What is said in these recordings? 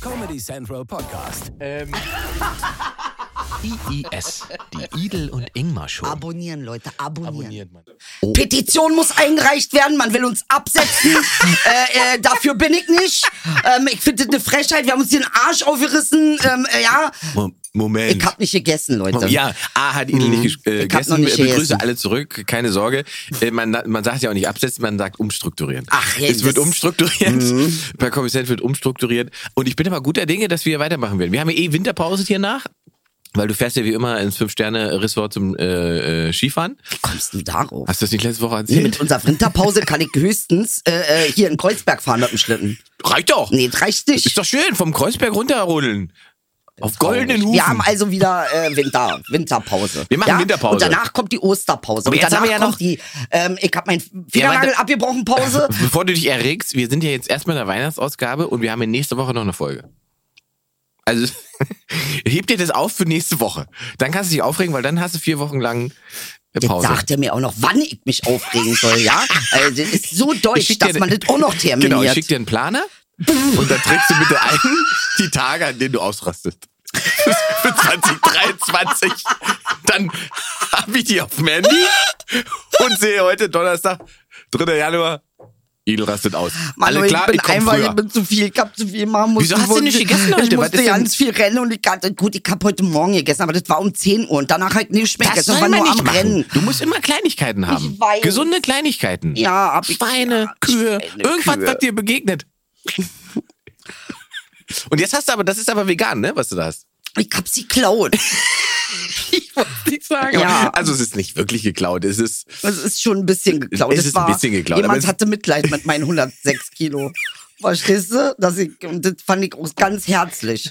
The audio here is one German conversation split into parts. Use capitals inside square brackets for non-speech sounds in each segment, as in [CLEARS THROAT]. Comedy Central Podcast. IIS, die Idel und Ingmar Show. Abonnieren, Leute, abonnieren. Abonniert man. Petition muss eingereicht werden, man will uns [LAUGHS] absetzen. äh, äh, dafür bin ich nicht. Ähm, ich finde das eine Frechheit, wir haben uns den Arsch aufgerissen. Ähm, äh, ja, Mo- Moment. ich hab nicht gegessen, Leute. ja, A hat Idel nicht gesch- äh, Ich hab noch gegessen. nicht Ich begrüße gegessen. alle zurück, keine Sorge. Äh, Man, man sagt ja auch nicht absetzen, man sagt umstrukturieren. Ach, ja, Es wird das- Mhm. umstrukturiert. Per Kommissar wird umstrukturiert. Und ich bin aber guter Dinge, dass wir weitermachen werden. Wir haben ja eh Winterpause hier nach. Weil du fährst ja wie immer ins Fünf-Sterne-Ressort zum äh, äh, Skifahren. Wie kommst du darauf? Hast du das nicht letzte Woche Hier erzählt? mit unserer Winterpause kann ich höchstens äh, äh, hier in Kreuzberg fahren mit dem Schlitten. Reicht doch! Nee, das reicht nicht. Ist doch schön, vom Kreuzberg runterrodeln. Auf goldenen Hufen. Wir haben also wieder äh, Winter, Winterpause. Wir machen ja? Winterpause. Und danach kommt die Osterpause. Aber und jetzt danach haben wir ja kommt noch- die, ähm, ich habe meinen Fingernagel warte. [LAUGHS] abgebrochen, Pause. Bevor du dich erregst, wir sind ja jetzt erstmal in der Weihnachtsausgabe und wir haben ja nächste Woche noch eine Folge. Also [LAUGHS] heb dir das auf für nächste Woche. Dann kannst du dich aufregen, weil dann hast du vier Wochen lang eine Jetzt Pause. sagt er mir auch noch, wann ich mich aufregen soll, ja? Also, das ist so deutsch, dass man das auch noch terminiert. Genau, ich schick dir einen Planer und dann trägst du bitte ein die Tage, an denen du ausrastest. Bis für 2023. Dann hab ich die auf dem Handy und sehe heute Donnerstag, 3. Januar, Idel rastet aus. Mann, Alle klar, ich bin ich komm einfach, früher. ich bin zu viel, ich hab zu viel machen müssen. Wieso hast du nicht Und gegessen heute? Ich Was ist musste denn- ganz viel rennen und ich hatte, gut, ich hab heute Morgen gegessen, aber das war um 10 Uhr und danach halt nicht mehr Das gegessen, soll ich war man nur nicht am machen. Rennen. Du musst immer Kleinigkeiten haben. Ich weiß. Gesunde Kleinigkeiten. Ja, hab ich- Schweine, ja, Kühe, Schweine, irgendwas, Kühe. was dir [LAUGHS] begegnet. Und jetzt hast du aber, das ist aber vegan, ne, was du da hast. Ich hab sie klaut. [LAUGHS] Ich wollte nicht sagen. Ja. Also es ist nicht wirklich geklaut, es ist, Es ist schon ein bisschen geklaut. Es Das ist ein war- bisschen geklaut, aber Jemand es- hatte Mitleid mit meinen 106 Kilo. Verstehst du? Dass ich, und das fand ich auch ganz herzlich.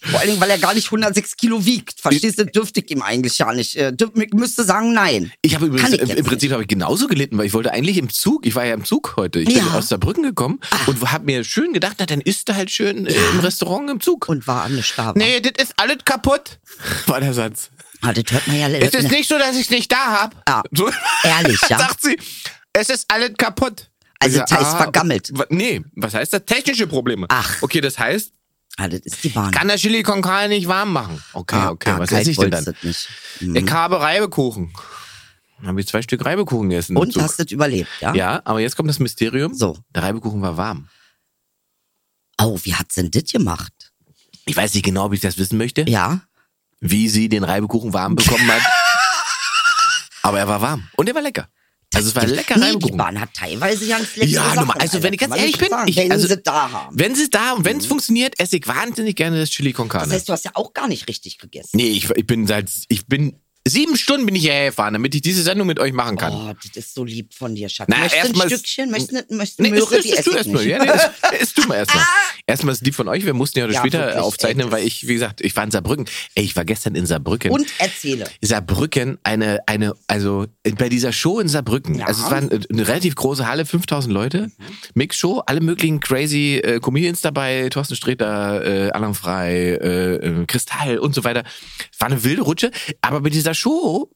Vor allen Dingen, weil er gar nicht 106 Kilo wiegt. Verstehst du? Dürfte ich ihm eigentlich gar nicht. äh, dürf- Ich müsste sagen, nein. ich habe übrigens, Kann ich im- jetzt im Prinzip habe ich genauso gelitten, weil ich wollte eigentlich im Zug, ich war ja im Zug heute, ich bin Ja. aus Saarbrücken gekommen und habe mir schön gedacht, na dann isst du halt schön äh, im Restaurant im Zug. Und war an der Stabe. nee, das ist alles [LAUGHS] kaputt, war der Satz. Ah, das hört man ja Es leider ist nicht so, dass ich nicht da hab. Ja. So, Ehrlich, [LAUGHS] ja? sagt sie, es ist alles kaputt. Also, Ich das heißt ah, vergammelt. wa- Nee, was heißt das? Technische Probleme. Ach. Okay, das heißt, Ah, das ist die Bahn. kann der Chili con Carne nicht warm machen. Okay, Ah, okay, ah, was kalt esse ich denn wolltest dann? du Nicht. Ich habe Reibekuchen. Mhm. Dann habe ich zwei Stück Reibekuchen gegessen. im Und Zug. hast das überlebt, ja? Ja, aber jetzt kommt das Mysterium. So. Der Reibekuchen war warm. Oh, wie hat's denn das gemacht? Ich weiß nicht genau, ob ich das wissen möchte, Ja? wie sie den Reibekuchen warm bekommen [LAUGHS] hat. aber er war warm. Und er war lecker. Also es war lecker nee, die Reibekuchen. Bahn hat teilweise ganz leckere Ja, Sachen, nun mal, also wenn ich ganz Alter, kann man ehrlich nicht bin, sagen. ich- wenn also- sie da haben. Mhm. Wenn es da und wenn es funktioniert, esse ich wahnsinnig gerne das Chili con Carne. Das heißt, du hast ja auch gar nicht richtig gegessen. nee, ich, ich bin seit ich bin sieben Stunden bin ich hierher gefahren, damit ich diese Sendung mit euch machen kann. Oh, das ist so lieb von dir, Schatz. Na, möchtest du erstmal ein ist- Stückchen? Möchtest du, möchtest du Nee, Möhre? es ist, die ist esse du ich erstmal. nicht. Ah! Ja, nee, [LAUGHS] es- es du mal erstmal. Erstmal ist lieb von euch. Wir mussten ja heute Ja, später wirklich, aufzeichnen, ey, weil das- ich, wie gesagt, ich war in Saarbrücken. Ey, ich war gestern in Saarbrücken. Und erzähle. Saarbrücken eine, eine, also bei dieser Show in Saarbrücken, Ja. Mhm. also es war eine, eine relativ große Halle, 5000 Leute, Mix-Show, alle möglichen crazy äh, Comedians dabei, Thorsten Sträter, äh, Alain Frey, äh, äh, Kristall und so weiter. War eine wilde Rutsche, aber bei dieser Show,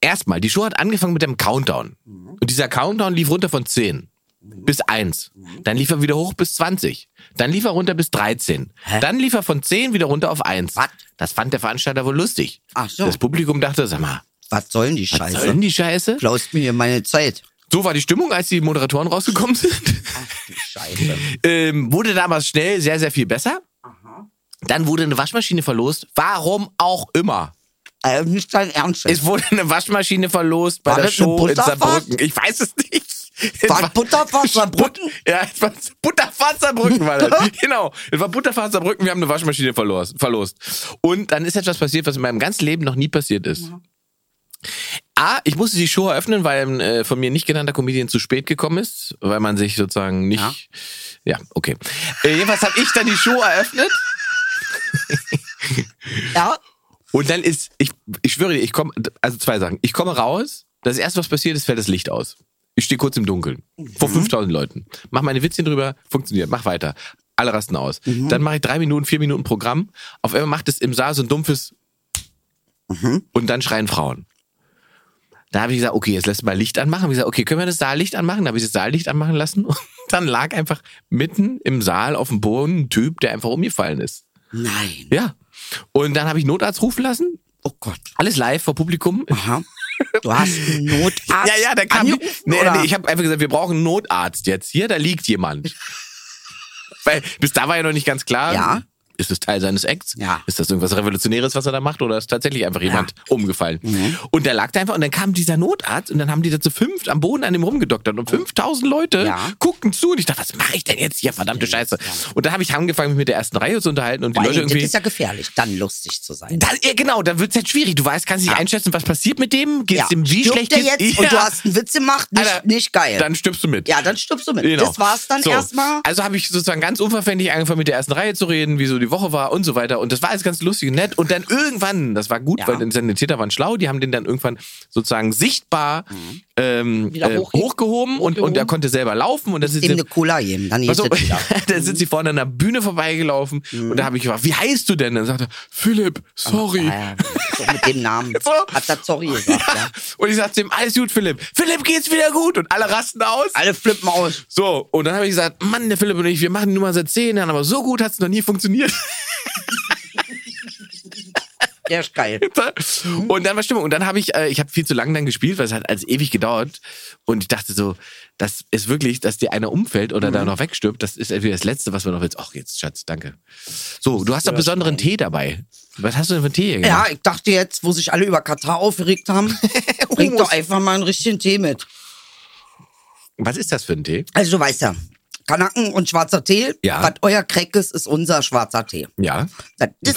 erstmal, die Show hat angefangen mit einem Countdown. Mhm. Und dieser Countdown lief runter von 10 bis 1. Mhm. Dann lief er wieder hoch bis 20. Dann lief er runter bis 13. Dann lief er von 10 wieder runter auf 1. Was? Das fand der Veranstalter wohl lustig. Ach so. Das Publikum dachte, sag mal, Was sollen die was Scheiße? soll denn die Scheiße? Klaust mir hier meine Zeit. So war die Stimmung, als die Moderatoren rausgekommen [LAUGHS] sind. Du Scheiße. ähm, wurde damals schnell sehr, sehr viel besser. Dann wurde eine Waschmaschine verlost. Warum auch immer. äh, nicht dein Ernst. Es wurde eine Waschmaschine verlost bei War der das eine Show in Butterfahrt? Saarbrücken. Ich weiß es nicht. Es War Butterfahrt Saarbrücken? Ja, es war Butterfahrt Saarbrücken war das. [LAUGHS] genau. Es war Butterfahrt Saarbrücken. Wir haben eine Waschmaschine verlost. verlost. Und dann ist etwas passiert, was in meinem ganzen Leben noch nie passiert ist. A, ich musste die Show eröffnen, weil ein äh, von mir nicht genannter Comedian zu spät gekommen ist, weil man sich sozusagen nicht. Ja, okay. Äh, jedenfalls habe ich dann die Show eröffnet ja? und dann ist, ich, ich schwöre dir, ich komme, also zwei Sachen. Ich komme raus, das erste, was passiert ist, fällt das Licht aus. Ich stehe kurz im Dunkeln. Vor 5000 Leuten. Mach meine Witzchen drüber, funktioniert, mach weiter. Alle rasten aus. Dann mache ich drei Minuten, vier Minuten Programm. Auf einmal macht es im Saal so ein dumpfes und dann schreien Frauen. Da habe ich gesagt, okay, jetzt lässt du mal Licht anmachen. Hab Ich gesagt, okay, können wir das Saallicht anmachen? Da habe ich das Saallicht anmachen lassen. [LAUGHS] Und dann lag einfach mitten im Saal auf dem Boden ein Typ, der einfach umgefallen ist. Nein. Ja. Und dann habe ich Notarzt rufen lassen. Oh Gott. Alles live vor Publikum. Aha. Du hast einen Notarzt. [LAUGHS] Ja, ja, da kam. angerufen, nee, oder? nee, ich habe einfach gesagt, wir brauchen einen Notarzt jetzt. Hier, da liegt [LAUGHS] jemand. Weil bis da war ja noch nicht ganz klar. Ja. Ist es Teil seines Acts? Ja. Ist das irgendwas Revolutionäres, was er da macht? Oder ist tatsächlich einfach jemand umgefallen? Und da lag der einfach, und dann kam dieser Notarzt, und dann haben die da zu fünft am Boden an dem rumgedoktert. Und 5000 Leute Ja. guckten zu. Und ich dachte, was mache ich denn jetzt hier? Verdammte Scheiße. Und dann habe ich angefangen, mich mit der ersten Reihe zu unterhalten. Und die Boah, Leute ey, das irgendwie. ist ja gefährlich, dann lustig zu sein. Da, ja, genau, dann wird's halt schwierig. Du weißt, kannst nicht einschätzen, was passiert mit dem, geht's ja. dem wie Stirbt schlecht der geht's- jetzt ja. und du hast einen Witz gemacht, nicht, Alter, nicht geil. Dann stirbst du mit. ja, dann stirbst du mit. Genau. Das war's dann so. erstmal. Also habe ich sozusagen ganz unverfänglich angefangen, mit der ersten Reihe zu reden, wie so die Woche war und so weiter. Und das war alles ganz lustig und nett. Und dann irgendwann, das war gut, Ja. weil die Sanitäter waren schlau, die haben den dann irgendwann sozusagen sichtbar ähm, Mhm. Wieder äh, hochgehoben. hochgehoben und, und er konnte selber laufen. Und dann sind Eben sie, [LAUGHS] eine Cola geben, dann geht Pass es auf, [LAUGHS] wieder. Mhm. dann sind sie vorne an der Bühne vorbeigelaufen und da habe ich gefragt, wie heißt du denn? Dann sagt er, Philipp, sorry. Ah, Ja, so mit dem Namen. [LAUGHS] So. Hat er sorry gesagt. Ja. Und ich sagte zu ihm, alles gut, Philipp. Philipp geht's wieder gut. Und alle rasten aus. Alle flippen aus. So, und dann habe ich gesagt, Mann, der Philipp und ich, wir machen die Nummer seit 10 Jahren, aber so gut hat es noch nie funktioniert. Der ist geil. Und dann war Stimmung. Und dann habe ich, äh, ich habe viel zu lange dann gespielt, weil es hat als ewig gedauert. Und ich dachte so, das ist wirklich, dass dir einer umfällt oder da noch wegstirbt, das ist entweder das Letzte, was man noch willst. Ach, jetzt, Schatz, danke. So, du hast doch besonderen Tee dabei. Was hast du denn für einen Tee hier Ja, gemacht? ich dachte jetzt, wo sich alle über Katar [LAUGHS] aufgeregt haben, bringt doch einfach mal einen richtigen Tee mit. Was ist das für ein Tee? Also du weißt ja, Kanaken und schwarzer Tee, Ja. was euer Crack ist, ist unser schwarzer Tee. Ja. Das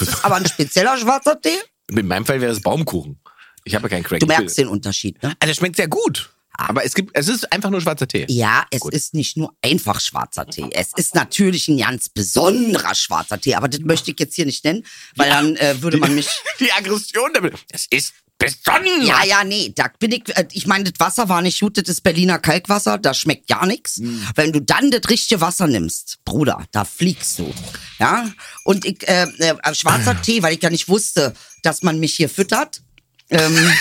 [LAUGHS] ist aber ein spezieller schwarzer Tee. In meinem Fall wäre es Baumkuchen. Ich habe ja keinen Crack. Du merkst den Unterschied, ne? Also, das schmeckt sehr gut. Aber es gibt, es ist einfach nur schwarzer Tee. Ja, es ist nicht nur einfach schwarzer Tee. Es ist natürlich ein ganz besonderer schwarzer Tee, aber das möchte ich jetzt hier nicht nennen, weil dann äh, [LAUGHS] würde man mich. Die Aggression damit. Es ist besonders. Ja, ja, nee, da bin ich. Äh, ich meine, das Wasser war nicht gut, das ist Berliner Kalkwasser, da schmeckt ja nichts. Hm. Wenn du dann das richtige Wasser nimmst, Bruder, da fliegst du. Ja, und ich, äh, äh, Ah. schwarzer Tee, weil ich ja nicht wusste, dass man mich hier füttert. [LAUGHS] Ähm,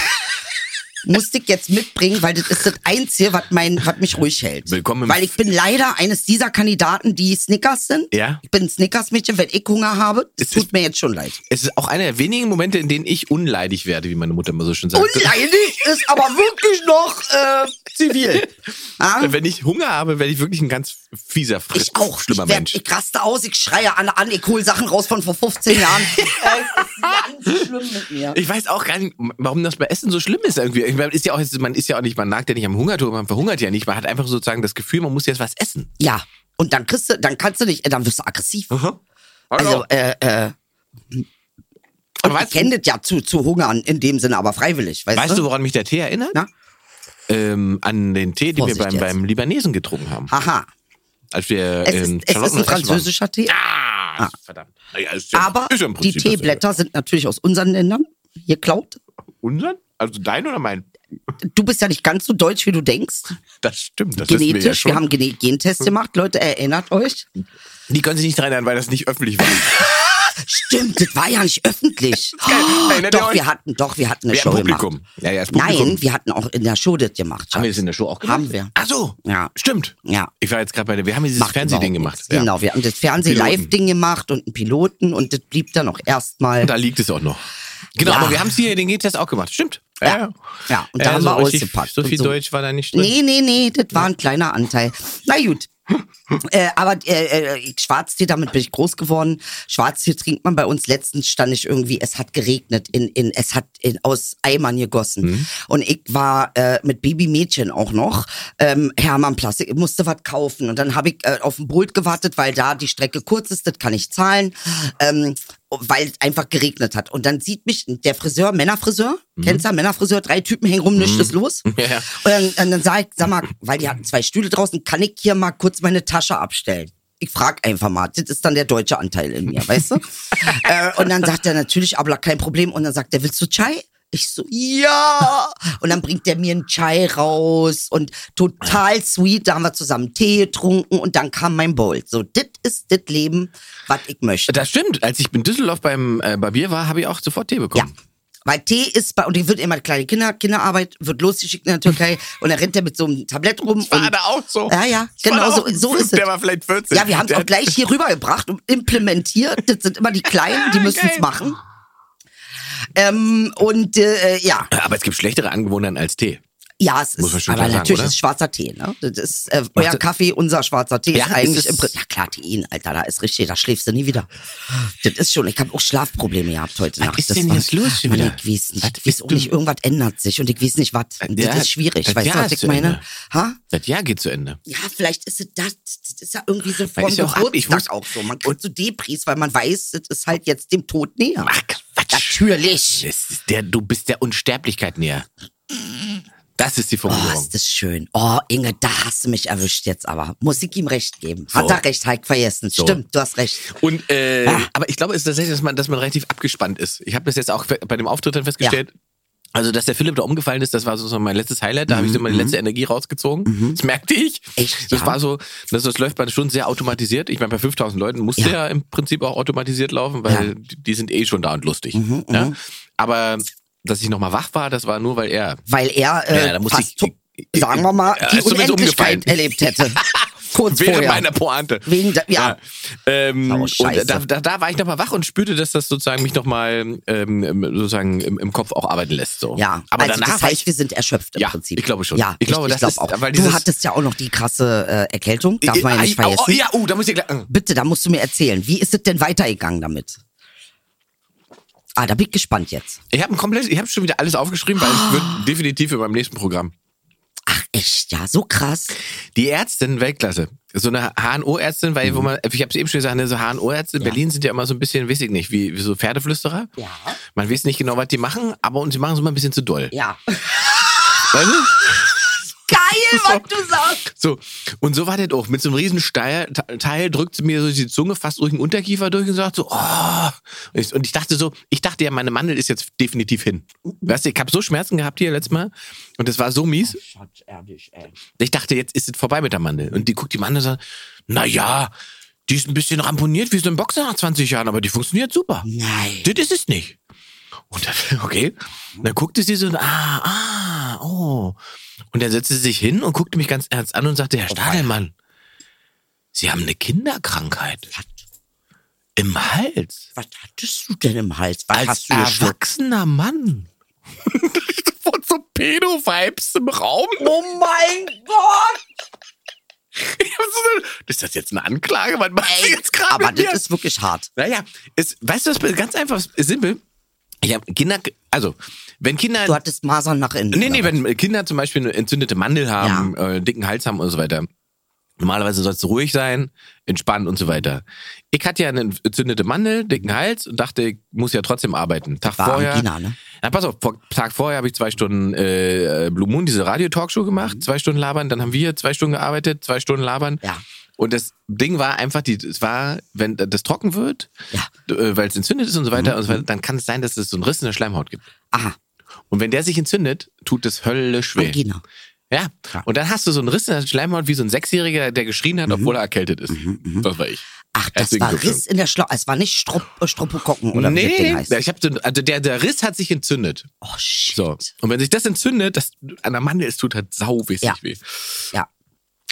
musste ich jetzt mitbringen, weil das ist das Einzige, was, mein, was mich ruhig hält. Willkommen im Weil ich bin leider eines dieser Kandidaten, die Snickers sind. Ja. Ich bin ein Snickers-Mädchen, wenn ich Hunger habe. Das Es tut ist- mir jetzt schon leid. Es ist auch einer der wenigen Momente, in denen ich unleidig werde, wie meine Mutter immer so schön sagt. [LAUGHS] Unleidig ist aber wirklich noch äh, zivil. Ja? Wenn ich Hunger habe, werde ich wirklich ein ganz fieser, fr- Ah? Ich auch. schlimmer ich, werd- Mensch. ich raste aus, ich schreie alle an, ich hole Sachen raus von vor [LAUGHS] 15 Jahren. Es ist ganz schlimm mit mir. Ich weiß auch gar nicht, warum das bei Essen so schlimm ist irgendwie. Ich meine, ist ja auch jetzt, man ist ja auch nicht, man nagt ja nicht am Hungertod, man verhungert ja nicht. Man hat einfach sozusagen das Gefühl, man muss jetzt was essen. Ja, und dann kriegst du, dann kannst du nicht, äh, dann wirst du aggressiv. Also, Also, äh, äh, aber ich weißt, du- kenne das ja zu, zu hungern in dem Sinne, aber freiwillig, weißt, weißt du? du, woran mich der Tee erinnert? Na? Ähm, an den Tee, den Vorsicht wir beim, jetzt. beim Libanesen getrunken haben. Haha. Als wir Es in ist, es ist Charlottenburg ein essen waren. französischer Tee. Ah, verdammt. Naja, ist ja- Aber ist ja im die Prinzip dasselbe. Teeblätter sind natürlich aus unseren Ländern geklaut. Unseren? Also dein oder mein? Du bist ja nicht ganz so deutsch, wie du denkst. Das stimmt. Das wissen Genetisch. Wir, Wir ja schon. haben Gene Gentests gemacht, Leute, erinnert euch. Die können sich nicht dran erinnern, weil das nicht öffentlich [LAUGHS] war. Stimmt, das war ja [LAUGHS] nicht öffentlich. Oh, Erinnert ihr doch, euch? wir hatten, doch, wir hatten eine Wir Show haben Publikum. gemacht. Ja, ja, das Publikum. Nein, wir hatten auch in der Show das gemacht. haben wir das Schatz. in der Show auch gemacht? Haben wir. Ach so. Ja. Stimmt. Ja. Ich war jetzt gerade bei der. Wir haben dieses Macht Fernsehding überhaupt gemacht. nichts. Ja. Genau, wir haben das Fernseh-Live-Ding gemacht und einen Piloten und das blieb dann auch erstmal. Da liegt es auch noch. Genau, Ja. aber wir haben es hier, den geht das auch gemacht. Stimmt. Ja. ja. Ja, und da haben so wir richtig- ausgepackt So viel und so. Deutsch war da nicht drin. Nee, nee, nee, das war ein kleiner Anteil. Na gut. äh, aber äh, äh, ich- Schwarztee, damit bin ich groß geworden. Schwarztee trinkt man bei uns. Letztens stand ich irgendwie, es hat geregnet, in, in, es hat in, aus Eimern gegossen. Mhm. Und ich war äh, mit Babymädchen auch noch, ähm, Hermann Plastik, ich musste was kaufen. Und dann habe ich äh, auf den Bolt gewartet, weil da die Strecke kurz ist, das kann ich zahlen, ähm, weil es einfach geregnet hat. Und dann sieht mich der Friseur, Männerfriseur, kennst du, Männerfriseur, drei Typen hängen rum, nichts ist los. Mhm. [LAUGHS] Ja. Und dann, und dann sag ich, sag mal, weil die hatten zwei Stühle draußen, kann ich hier mal kurz meine Tasche abstellen? Ich frag einfach mal. Das ist dann der deutsche Anteil in mir, [LAUGHS] weißt du? äh, und dann sagt er natürlich, aber kein Problem. Und dann sagt er, willst du Chai? Ich so, ja. Und dann bringt er mir einen Chai raus und total sweet. Da haben wir zusammen Tee getrunken und dann kam mein Bowl. So, das ist das Leben, was ich möchte. Das stimmt. Als ich in Düsseldorf beim äh, Barbier war, habe ich auch sofort Tee Ja. bekommen. Weil Tee ist bei, und die wird immer kleine Kinder, Kinderarbeit, wird losgeschickt in der Türkei und dann rennt er mit so einem Tablett rum. War und, aber auch so. Ja, ja, Das war genau auch so, ein so Typ, ist es. Der war vielleicht 14. Ja, wir haben es Der auch gleich hier rübergebracht und implementiert. Das sind immer die Kleinen, [LAUGHS] die müssen es Geil. machen. Ähm, und äh, ja, hat- Aber es gibt schlechtere Angewohnheiten als Tee. ja, es Muss man ist, schon aber klar sagen, natürlich oder? ist schwarzer Tee, ne? Das ist äh, euer das- Kaffee, unser schwarzer Tee. Ja, ist eigentlich ist es- im Prin- ja klar, Tein, Alter, da ist richtig, da schläfst du nie wieder. Das ist schon, ich habe auch Schlafprobleme gehabt heute Nacht. ist das denn jetzt los schon Mann, wieder? Ich weiß nicht, Was ich weiß bist auch du- nicht, irgendwas ändert sich und ich weiß nicht was. Und Ja, das ist schwierig, das weißt du, Jahr was ist ich zu meine? Ende. Ha? Das Jahr geht zu Ende. Ja, vielleicht ist es das. Das ist ja irgendwie so vom ist ja auch ab- ich Geburtstag wus- auch so. Man kriegt so Depris, weil man weiß, das ist halt jetzt dem Tod näher. Ach, Quatsch. Natürlich. Das ist der, du bist der Unsterblichkeit näher. Das ist die Oh, Formulierung. ist das schön. Oh, Inge, da hast du mich erwischt jetzt aber. Muss ich ihm recht geben. Hat So. er recht, Heik vergessen. Stimmt, du hast recht. Und äh, Ah. aber ich glaube, es ist tatsächlich, dass man, dass man relativ abgespannt ist. Ich habe das jetzt auch fe- bei dem Auftritt dann festgestellt. Also, dass der Philipp da umgefallen ist, das war so so mein letztes Highlight. Da habe ich so meine letzte Energie rausgezogen. Das merkte ich. Mhm, Echt, Das ja? war so, das, das läuft bei schon sehr automatisiert. Ich meine, bei 5000 Leuten musste ja. Ja. im Prinzip auch automatisiert laufen, weil Ja. Mhm, die, die sind eh schon da und lustig. ja? Aber dass ich nochmal wach war, das war nur, weil er. Weil er, äh, Ja, da muss fast, ich- to- sagen wir mal, Ja, die ist sowieso umgefallen. Unendlichkeit erlebt hätte. [LAUGHS] Kurz Während vorher. meiner Pointe. Wegen der- ja. Ähm, Oh, scheiße. und da, da, da war ich nochmal wach und spürte, dass das sozusagen mich nochmal ähm, sozusagen im, im Kopf auch arbeiten lässt. So. Ja, aber also danach das war ich, heißt, wir sind erschöpft im Ja, Prinzip. ich glaube schon. Ja, Ich glaube, das glaub ist- auch. weil du dieses- hattest ja auch noch die krasse äh, Erkältung, darf man ja nicht Äh, äh, vergessen. Oh, ja, oh, da muss ich gleich. äh, Bitte, da musst du mir erzählen, wie ist es denn weitergegangen damit? Ah, da bin ich gespannt jetzt. Ich habe komplett, ich habe schon wieder alles aufgeschrieben, weil es Ah. wird definitiv in meinem nächsten Programm. Ach echt, ja, so krass. Die Ärztin Weltklasse. So eine HNO-Ärztin, weil Mhm. wo man, ich habe es eben schon gesagt, ne, so HNO-Ärzte in Berlin sind ja immer so ein bisschen, weiß ich nicht, wie, wie so Pferdeflüsterer. Ja. Man weiß nicht genau, was die machen, aber und sie machen es immer ein bisschen zu doll. Ja. Weißt du? [LAUGHS] Geil, was du sagst. So, und so war das auch. Mit so einem riesen Steil, Te- Teil drückt sie mir so die Zunge fast durch den Unterkiefer durch und sagt so, oh. Und ich, und ich dachte so, ich dachte ja, meine Mandel ist jetzt definitiv hin. Weißt du, ich habe so Schmerzen gehabt hier letztes Mal und das war so mies. Schatz, ehrlich, ey. Ich dachte, jetzt ist es vorbei mit der Mandel. Und die guckt die Mandel und sagt, na ja, die ist ein bisschen ramponiert wie so ein Boxer nach 20 Jahren, aber die funktioniert super. Nein. Das ist es nicht. Und dann, [LAUGHS] okay, Und dann guckte sie so, ah, ah, oh. Und dann setzte sie sich hin und guckte mich ganz ernst an und sagte, Herr Stadelmann, Sie haben eine Kinderkrankheit Was, im Hals. was hattest du denn im Hals? Was Als hast du geschluckt? erwachsener [LAUGHS] Mann. Und so Pedo-Vibes im Raum. [LAUGHS] Oh mein Gott! Ist das jetzt eine Anklage? Was macht sie Ey, jetzt gerade aber mit mir? das ist wirklich hart. Naja, es, weißt du, was ganz einfach, simpel. Ich habe Kinder, also, wenn Kinder. Du hattest Masern nach innen. Nee, nee, oder? wenn Kinder zum Beispiel eine entzündete Mandel haben, äh, dicken Hals haben und so weiter. Normalerweise sollst du ruhig sein, entspannen und so weiter. Ich hatte ja eine entzündete Mandel, dicken Hals und dachte, ich muss ja trotzdem arbeiten. Tag War vorher. Angina, ne? Na, pass auf, vor, Tag vorher habe ich zwei Stunden äh, Blue Moon, diese Radio-Talkshow gemacht, zwei Stunden labern, dann haben wir zwei Stunden gearbeitet, zwei Stunden labern. Mhm. Ja. Und das Ding war einfach, die, es war, wenn das trocken wird, Ja. Mhm. äh, weil es entzündet ist und so weiter, und so weiter dann kann es sein, dass es so einen Riss in der Schleimhaut gibt. Aha, Und wenn der sich entzündet, tut es höllisch weh. Angina. Ja. Und dann hast du so einen Riss in der Schleimhaut wie so ein Sechsjähriger, der geschrien hat, Mhm. obwohl er erkältet ist. Das war ich. Ach, das Deswegen war so schlimm. Riss in der Schlau. Es war nicht Strop Stropokokken oder wie das Ding heißt. ich hab so, also der, der Riss hat sich entzündet. Oh, shit. So. Und wenn sich das entzündet, das an der Mandel es tut halt sauwissig Ja. weh. Ja.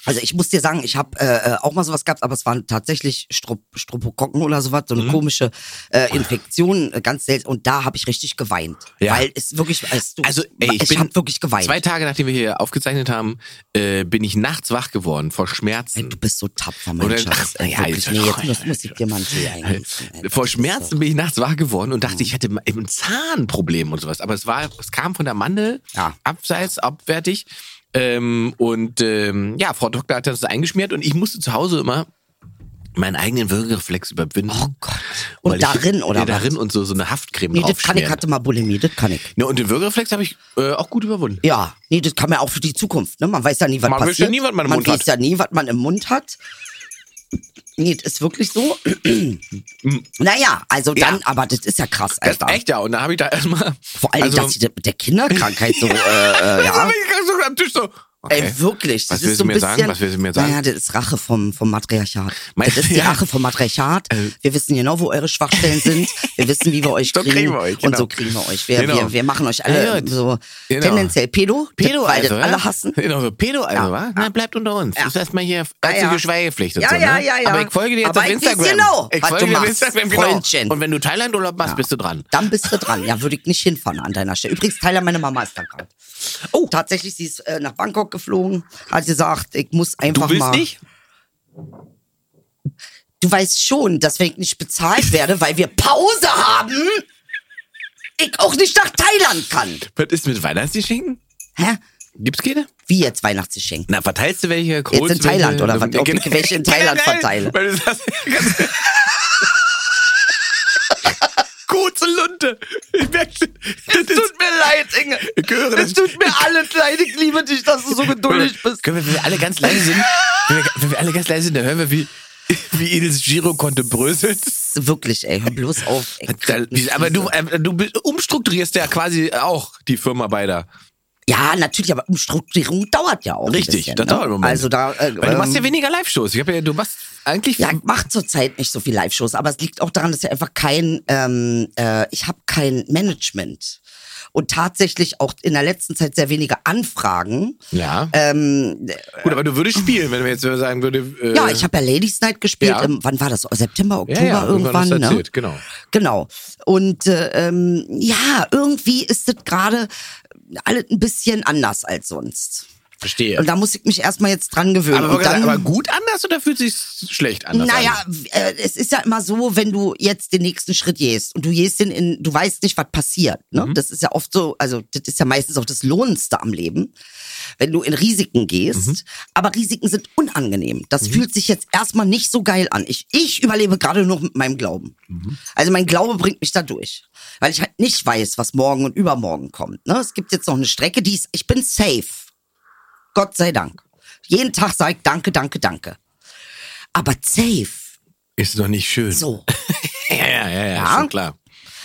Also ich muss dir sagen, ich habe äh, äh, auch mal sowas gehabt, aber es waren tatsächlich Strop Stropokokken oder sowas, Mhm. so eine komische äh, Infektion, äh, ganz selten. Und da habe ich richtig geweint, Ja. weil es wirklich, es, du, Also, ey, ich, bin habe wirklich geweint. Zwei Tage nachdem wir hier aufgezeichnet haben, äh, bin ich nachts wach geworden vor Schmerzen. Du bist so tapfer, mein Oder- Schatz. Ach, Ey, ja, wirklich, jetzt- nee, jetzt muss, muss ich dir mal einen Tee eingießen, ey. Äh, Vor Das Hm. ist Schmerzen so. bin ich nachts wach geworden und dachte, ich hätte ein Zahnproblem und sowas. Aber es war, es kam von der Mandel, Ja. abseits, abwärtig. Ähm, und ähm, ja, Frau Doktor hat das eingeschmiert und ich musste zu Hause immer meinen eigenen Würgereflex überwinden. Oh Gott. Und Weil darin, ich, oder Nee, was? darin und so, so eine Haftcreme Nee, das kann draufschmieren. ich, hatte mal Bulimie, das kann ich. Ja, und den Würgereflex habe ich äh, auch gut überwunden. Ja, nee, das kann man auch für die Zukunft, ne? Man weiß ja nie, was Man weiß passiert. ja nie, was man im Mund Man hat. weiß ja nie, was man im Mund hat. Nee, das ist [CLEARS THROAT] wirklich so. naja, also dann, aber das ist ja krass, Das Alter. echt ja. Und da habe ich da erstmal. Vor allem, also, [LAUGHS] dass sie das mit der Kinderkrankheit so, äh, äh, Ja. ja. Ich so am Tisch so, Ey, wirklich. Was das ist willst so du ein mir bisschen, sagen? Was willst du mir sagen? Naja, das ist Rache vom, vom Matriarchat. Mein- das ist [LAUGHS] die Ja. Äh. Rache vom Matriarchat. Wir wissen genau, wo eure Schwachstellen sind. Wir wissen, wie wir euch [LAUGHS] So kriegen. kriegen wir euch, Und genau. so kriegen wir euch. Wir, Genau. wir, wir machen euch alle Ja, gut. so Genau. tendenziell Pedo, das, weil das ja? alle hassen. Genau, so Pedo also, wa? Na, bleibt unter uns. Ja. Das ist erstmal hier ärztliche ja. Schweigepflicht und Ja, so, ja, ne? ja, ja. Aber ich folge dir jetzt Aber auf ich weiß Instagram. genau, ich was folge du dir auf machst, Instagram, genau. Freundchen. Und wenn du Thailand-Urlaub machst, bist du dran. Dann bist du dran. Ja, würde ich nicht hinfahren an deiner Stelle. Übrigens, Teil meiner Mama ist da gerade. Oh, tatsächlich, sie ist äh, nach Bangkok geflogen, hat gesagt, ich muss einfach Du willst mal. nicht? Du weißt schon, dass wenn ich nicht bezahlt werde, weil wir Pause haben, ich auch nicht nach Thailand kann. Was ist mit Weihnachtsgeschenken? Hä? Gibt's keine? Wie jetzt Weihnachtsgeschenk? Na, verteilst du welche? Jetzt in Thailand, oder was? Ob ich welche in Thailand verteile? Weil du sagst, [LAUGHS] Kurze Lunte. Ich merke schon. Es tut mir leid, Inge. Ich höre das. tut mir alles leid, ich liebe dich, dass du so [LAUGHS] Können wir, wenn wir alle ganz leise sind, wenn wir, wenn wir alle ganz leise sind, dann hören wir, wie, wie Edels Girokonto bröselt. Wirklich, ey, hör bloß auf. Ey, Aber du, äh, du bist- umstrukturierst ja quasi auch die Firma beider. Ja, natürlich, aber Umstrukturierung dauert ja auch. Richtig, ein bisschen, das ne? dauert im Moment. Also da. Äh, Weil du machst ja ähm, weniger Live-Shows. Ich hab ja, du machst eigentlich. Ja, ich mache zurzeit nicht so viel Live-Shows, aber es liegt auch daran, dass ich einfach kein, ähm, äh, ich habe kein Management und tatsächlich auch in der letzten Zeit sehr wenige Anfragen. Ja. Ähm, Gut, aber du würdest spielen, wenn wir jetzt sagen würde. Äh, ja, ich habe ja Ladies Night gespielt. ja. Im, wann war das? Oh, September, Oktober ja, ja, irgendwann irgendwann. hast du ne? erzählt, genau. Genau. Und äh, ähm, ja, irgendwie ist das gerade alles ein bisschen anders als sonst. Verstehe. Und da muss ich mich erstmal jetzt dran gewöhnen. aber, und dann, aber gut anders oder fühlt sich schlecht anders Naja, an? äh, es ist ja immer so, wenn du jetzt den nächsten Schritt gehst und du gehst den in, du weißt nicht, was passiert. Ne? Das ist ja oft so, also das ist ja meistens auch das Lohnendste am Leben, wenn du in Risiken gehst. Aber Risiken sind unangenehm. Das fühlt sich jetzt erstmal nicht so geil an. Ich, ich überlebe gerade nur mit meinem Glauben. Also mein Glaube bringt mich da durch, weil ich halt nicht weiß, was morgen und übermorgen kommt. Ne? Es gibt jetzt noch eine Strecke, die ist, ich bin safe. Gott sei Dank. Jeden Tag sage ich Danke, Danke, Danke. Aber safe. Ist doch nicht schön. So. Ja, ja, ja, ja, Ja? schon klar.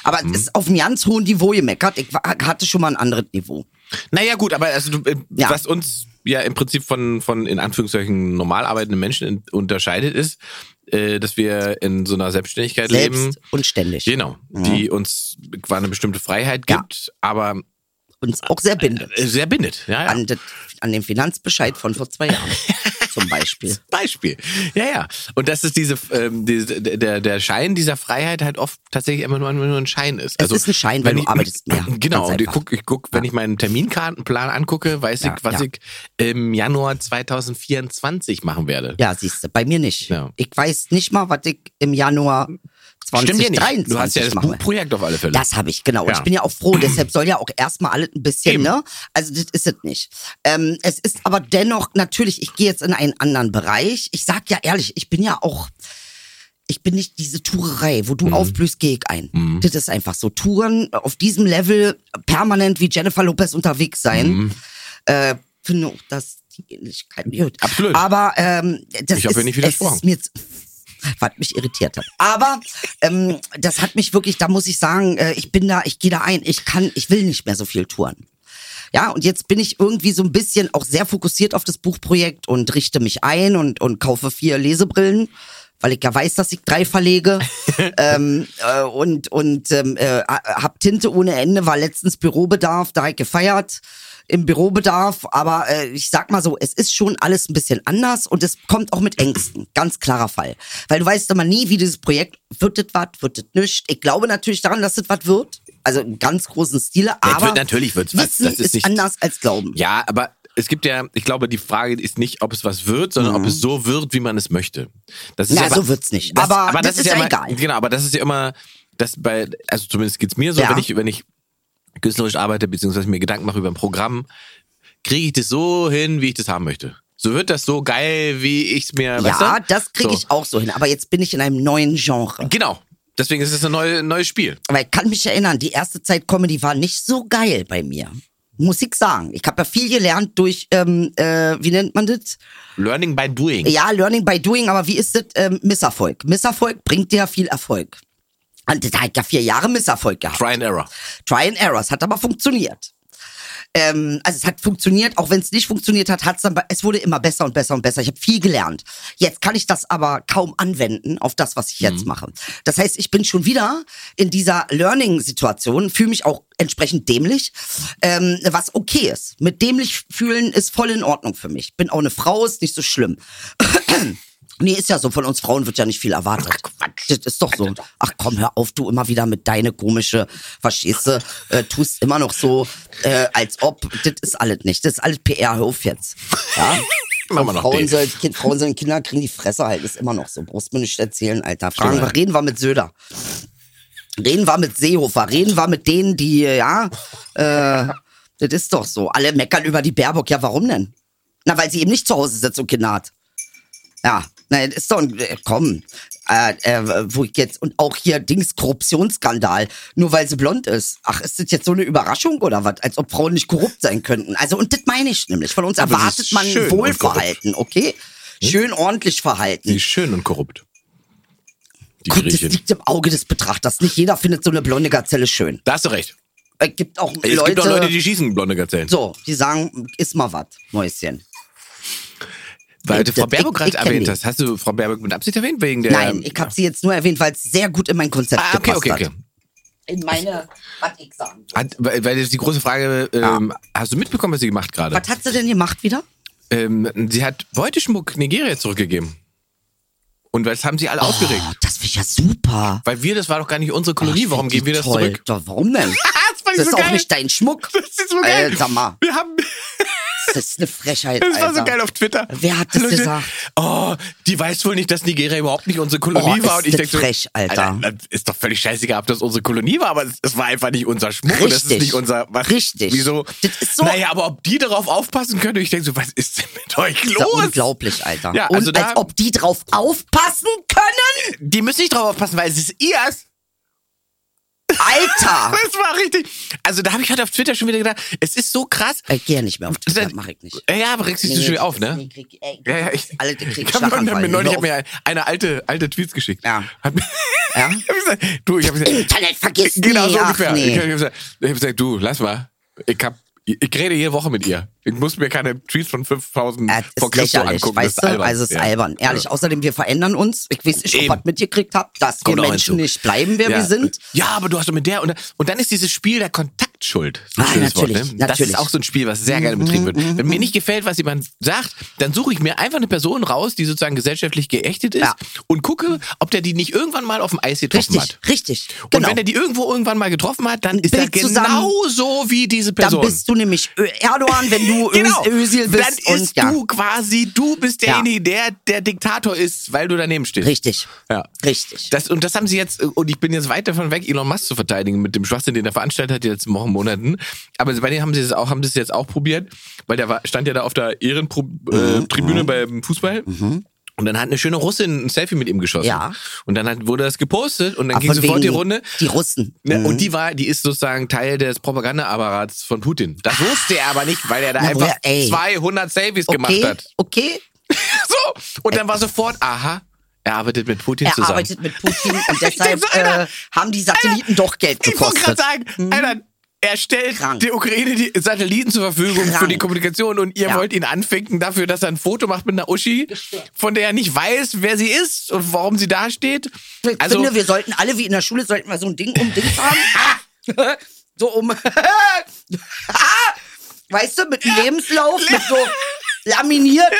Aber Mhm. es ist auf einem ganz hohen Niveau gemeckert. Ich war- hatte schon mal ein anderes Niveau. Naja, gut, aber also du, äh, Ja. was uns ja im Prinzip von, von in Anführungszeichen normal arbeitenden Menschen in, unterscheidet, ist, äh, dass wir in so einer Selbstständigkeit leben. Selbst und ständig. Genau, die uns qua eine bestimmte Freiheit Ja. gibt, aber Und auch sehr bindet. äh, sehr bindet. Ja, ja. An, das- an den Finanzbescheid von vor zwei [LAUGHS] Jahren. zum Beispiel. Beispiel. Ja, ja. Und dass es diese, ähm, diese der, der Schein dieser Freiheit halt oft tatsächlich immer nur, nur ein Schein ist. Also, Es ist ein Schein, wenn weil du ich- [CLEARS THROAT] arbeitest mehr. Genau. Ganz Und ich einfach. guck, ich guck, wenn ich meinen Terminkartenplan angucke, weiß Ja, ich, was ja. ich im Januar 2024 machen werde. Ja, siehst du, bei mir nicht. Ja. Ich weiß nicht mal, was ich im Januar Stimmt ja 2023 nicht. Du hast ja das machen will. Buchprojekt auf alle Fälle. Das habe ich, genau. Und Ja. ich bin ja auch froh, deshalb soll ja auch erstmal alles ein bisschen, Eben. ne? Also das ist es nicht. Ähm, es ist aber dennoch natürlich, ich gehe jetzt in einen anderen Bereich. Ich sag ja ehrlich, ich bin ja auch, ich bin nicht diese Tourerei, wo du Mhm. aufblühst, gehe ich ein. Das ist einfach so. Touren auf diesem Level permanent wie Jennifer Lopez unterwegs sein. Mhm. Äh, finde auch, dass die Ähnlichkeit. Gut. Absolut. Aber ähm, das Ich hab ist, ihr nicht es widersprochen. Ist mir jetzt, was mich irritiert hat. Aber ähm, das hat mich wirklich, da muss ich sagen, äh, ich bin da, ich gehe da ein, ich kann, ich will nicht mehr so viel touren. Ja, und jetzt bin ich irgendwie so ein bisschen auch sehr fokussiert auf das Buchprojekt und richte mich ein und, und kaufe vier Lesebrillen, weil ich ja weiß, dass ich drei verlege. ähm, äh, und und ähm, äh, hab Tinte ohne Ende, war letztens Bürobedarf, da hab ich gefeiert im Bürobedarf, aber äh, ich sag mal so, es ist schon alles ein bisschen anders und es kommt auch mit Ängsten, ganz klarer Fall. Weil du weißt immer nie, wie dieses Projekt, wird das was, wird das nicht. Ich glaube natürlich daran, dass das was wird, also im ganz großen Stile, Das aber wird- natürlich wird's was, Wissen das ist ist, nicht- anders als Glauben. Ja, aber es gibt ja, ich glaube, die Frage ist nicht, ob es was wird, sondern ob es so wird, wie man es möchte. Das ist Mhm. Na, ja, so wird's nicht. Das, Aber das ist ja, ja immer, egal. Genau, aber das ist ja immer, das bei, also zumindest geht's mir so, Ja. wenn ich, wenn ich künstlerisch arbeite, beziehungsweise mir Gedanken mache über ein Programm, kriege ich das so hin, wie ich das haben möchte. So wird das so geil, wie ich's mir. weißt Ja, du? das kriege so. ich auch so hin. Aber jetzt bin ich in einem neuen Genre. Genau. Deswegen ist es ein neu, neues Spiel. Aber ich kann mich erinnern, die erste Zeit Comedy war nicht so geil bei mir. Muss ich sagen. Ich habe ja viel gelernt durch, ähm, äh, wie nennt man das? Learning by doing. Ja, Learning by Doing, aber wie ist das ähm, Misserfolg? Misserfolg bringt dir ja viel Erfolg. Und da hat ja vier Jahre Misserfolg gehabt. Try and error. Try and Errors, hat aber funktioniert. Äh, ähm, also es hat funktioniert, auch wenn es nicht funktioniert hat, hat's dann, be- es wurde immer besser und besser und besser. Ich habe viel gelernt. Jetzt kann ich das aber kaum anwenden auf das, was ich jetzt mache. Das heißt, ich bin schon wieder in dieser Learning-Situation, fühle mich auch entsprechend dämlich, ähm, was okay ist. Mit dämlich fühlen ist voll in Ordnung für mich. Bin auch eine Frau, ist nicht so schlimm. [CLEARS THROAT] Nee, ist ja so, von uns Frauen wird ja nicht viel erwartet. Quatsch, das ist doch so. Ach komm, hör auf, du immer wieder mit deine komische, verstehst du, äh, tust immer noch so, äh, als ob, das ist alles nicht, das ist alles PR, hör auf jetzt. Ja? Machen wir noch Frauen, den. sollen, kind, Frauen sollen Kinder kriegen, die Fresse halt, ist immer noch so. Brust mir nicht erzählen, Alter. Fragen, wir- reden wir mit Söder. Reden wir mit Seehofer, reden wir mit denen, die, ja, äh, das ist doch so. Alle meckern über die Baerbock, ja, warum denn? Na, weil sie eben nicht zu Hause sitzt und Kinder hat. Ja, nein, ist doch ein, äh, komm, äh, äh, wo ich jetzt, und auch hier Dings, Korruptionsskandal, nur weil sie blond ist. Ach, ist das jetzt so eine Überraschung oder was? Als ob Frauen nicht korrupt sein könnten. Also, und das meine ich nämlich. Von uns Aber sie erwartet ist man schön um und Wohlverhalten, okay? Hm? Schön ordentlich Die verhalten. ist schön und korrupt. Die Gut, das Griechen. liegt im Auge des Betrachters. Nicht jeder findet so eine blonde Gazelle schön. Da hast du recht. Es gibt auch Es Leute, gibt auch Leute, die schießen blonde Gazellen. so, die sagen, ist mal was, Mäuschen. Weil du ich- Frau Baerbock ich- gerade ich kenn erwähnt die. hast. Hast du Frau Baerbock mit Absicht erwähnt? Wegen der. Nein, ich habe sie jetzt nur erwähnt, weil es sehr gut in mein Konzept Ähm, Ah, okay, gepasst okay, okay. hat. In meine, was ich sagen will. Hat, weil weil das ist die große Frage, ähm, Ah. hast du mitbekommen, was sie gemacht gerade? Was hat sie denn gemacht wieder? Ähm, sie hat Beuteschmuck Nigeria zurückgegeben. Und das haben sie alle Oh, aufgeregt. das finde ich ja super. Weil wir, das war doch gar nicht unsere Kolonie, Ach, warum find geben wir die das toll. zurück? [LAUGHS] Doch, warum denn? das fand ich Das ist so auch geil. nicht dein Schmuck. [LAUGHS] Das ist so geil. Äh, sag mal, Wir haben, das ist eine Frechheit. das war so Alter. geil auf Twitter. Wer hat das Leute, gesagt? Oh, die weiß wohl nicht, dass Nigeria überhaupt nicht unsere Kolonie Oh, war. Und ist ich das denke so, frech, Alter. das ist doch völlig scheißegal, ob das unsere Kolonie war, aber es, es war einfach nicht unser Schmuck. und Das ist Richtig. nicht unser. Was, Richtig. Wieso? Das ist so- Naja, aber ob die darauf aufpassen können, ich denke so, was ist denn mit euch Das ist ja los? unglaublich, Alter. Ja, also Und da- als ob die drauf aufpassen können? Die müssen nicht drauf aufpassen, weil es ist ihrs. Alter! Das war richtig. Also da habe ich heute auf Twitter schon wieder gedacht, es ist so krass. ich gehe nicht mehr auf Das- Twitter, mach ich nicht. Ja, aber regst dich du schon wieder auf, ne? Ja, ja, ich, [LAUGHS] Alle kriegen ich hab mir Schlaganfall. neulich Hör hat mir eine alte, alte Tweets geschickt. Ja. Hat mir, [LAUGHS] [LAUGHS] Ja? ich hab gesagt, du, ich hab gesagt, Internet vergiss [LAUGHS] nie, genau so ach ungefähr. nee. Ich hab gesagt, ich hab gesagt, du, lass mal. Ich hab, ich rede jede Woche mit ihr. Ich muss mir keine Tweets von 5000 Ja, das vor ist Christus lächerlich, angucken. weißt das ist du? albern. Also es ist Ja. albern. Ehrlich, außerdem wir verändern uns. Ich weiß nicht, ob Eben. ihr was mitgekriegt habt, dass Kommt wir auch Menschen hinzu. nicht bleiben, wer wir sind. Ja, aber du hast doch mit der und, und dann ist dieses Spiel der Kontaktschuld. So ein Ah, schönes natürlich, ne? Das natürlich. Mhm, ist auch so ein Spiel, was sehr gerne betrieben wird. Wenn mir nicht gefällt, was jemand sagt, dann suche ich mir einfach eine Person raus, die sozusagen gesellschaftlich geächtet ist Ja. und gucke, ob der die nicht irgendwann mal auf dem Eis getroffen Richtig, hat. richtig. Und Genau. wenn er die irgendwo irgendwann mal getroffen hat, dann ist er Bild zusammen. genauso wie diese Dann Person. bist du nämlich Ö- Erdogan, wenn du Ö- [LAUGHS] genau. Özil dann bist. und ist ja, du quasi, du bist Ja. derjenige, der der Diktator ist, weil du daneben stehst. richtig. Ja. Richtig. Das, und das haben sie jetzt, und ich bin jetzt weit davon weg, Elon Musk zu verteidigen mit dem Schwachsinn, den er veranstaltet hat, die letzten Wochen, Monaten. Aber bei denen haben sie das auch, haben das jetzt auch probiert, weil der war, stand ja da auf der Ehrentribüne äh, Mhm. Tribüne beim Fußball. Und dann hat eine schöne Russin ein Selfie mit ihm geschossen. Ja. Und dann hat, wurde das gepostet und dann Aber ging von sofort wegen Mhm. die Runde. Die Russen. Ne, Und die war, die ist sozusagen Teil des Propagandaapparats von Putin. Das wusste er aber nicht, weil er da Ah. Na, einfach woher- ey. 200 Selfies okay, gemacht hat. okay. So. Und dann war sofort, aha, er arbeitet mit Putin Er zusammen. arbeitet mit Putin und [LAUGHS] deshalb Ich denk so, äh, Alter, haben die Satelliten doch Geld Ich wollte gerade gekostet. sagen, Alter, er stellt Mhm. Krank. der Ukraine die Satelliten zur Verfügung für Krank. die Kommunikation und ihr Ja. wollt ihn anficken dafür, dass er ein Foto macht mit einer Uschi, von der er nicht weiß, wer sie ist und warum sie da steht. Ich Also, [LAUGHS] finde, wir sollten alle wie in der Schule sollten wir so ein Ding um Dings haben. [LAUGHS] so um. [LAUGHS] weißt du, mit dem Lebenslauf, mit [LAUGHS] so laminiert,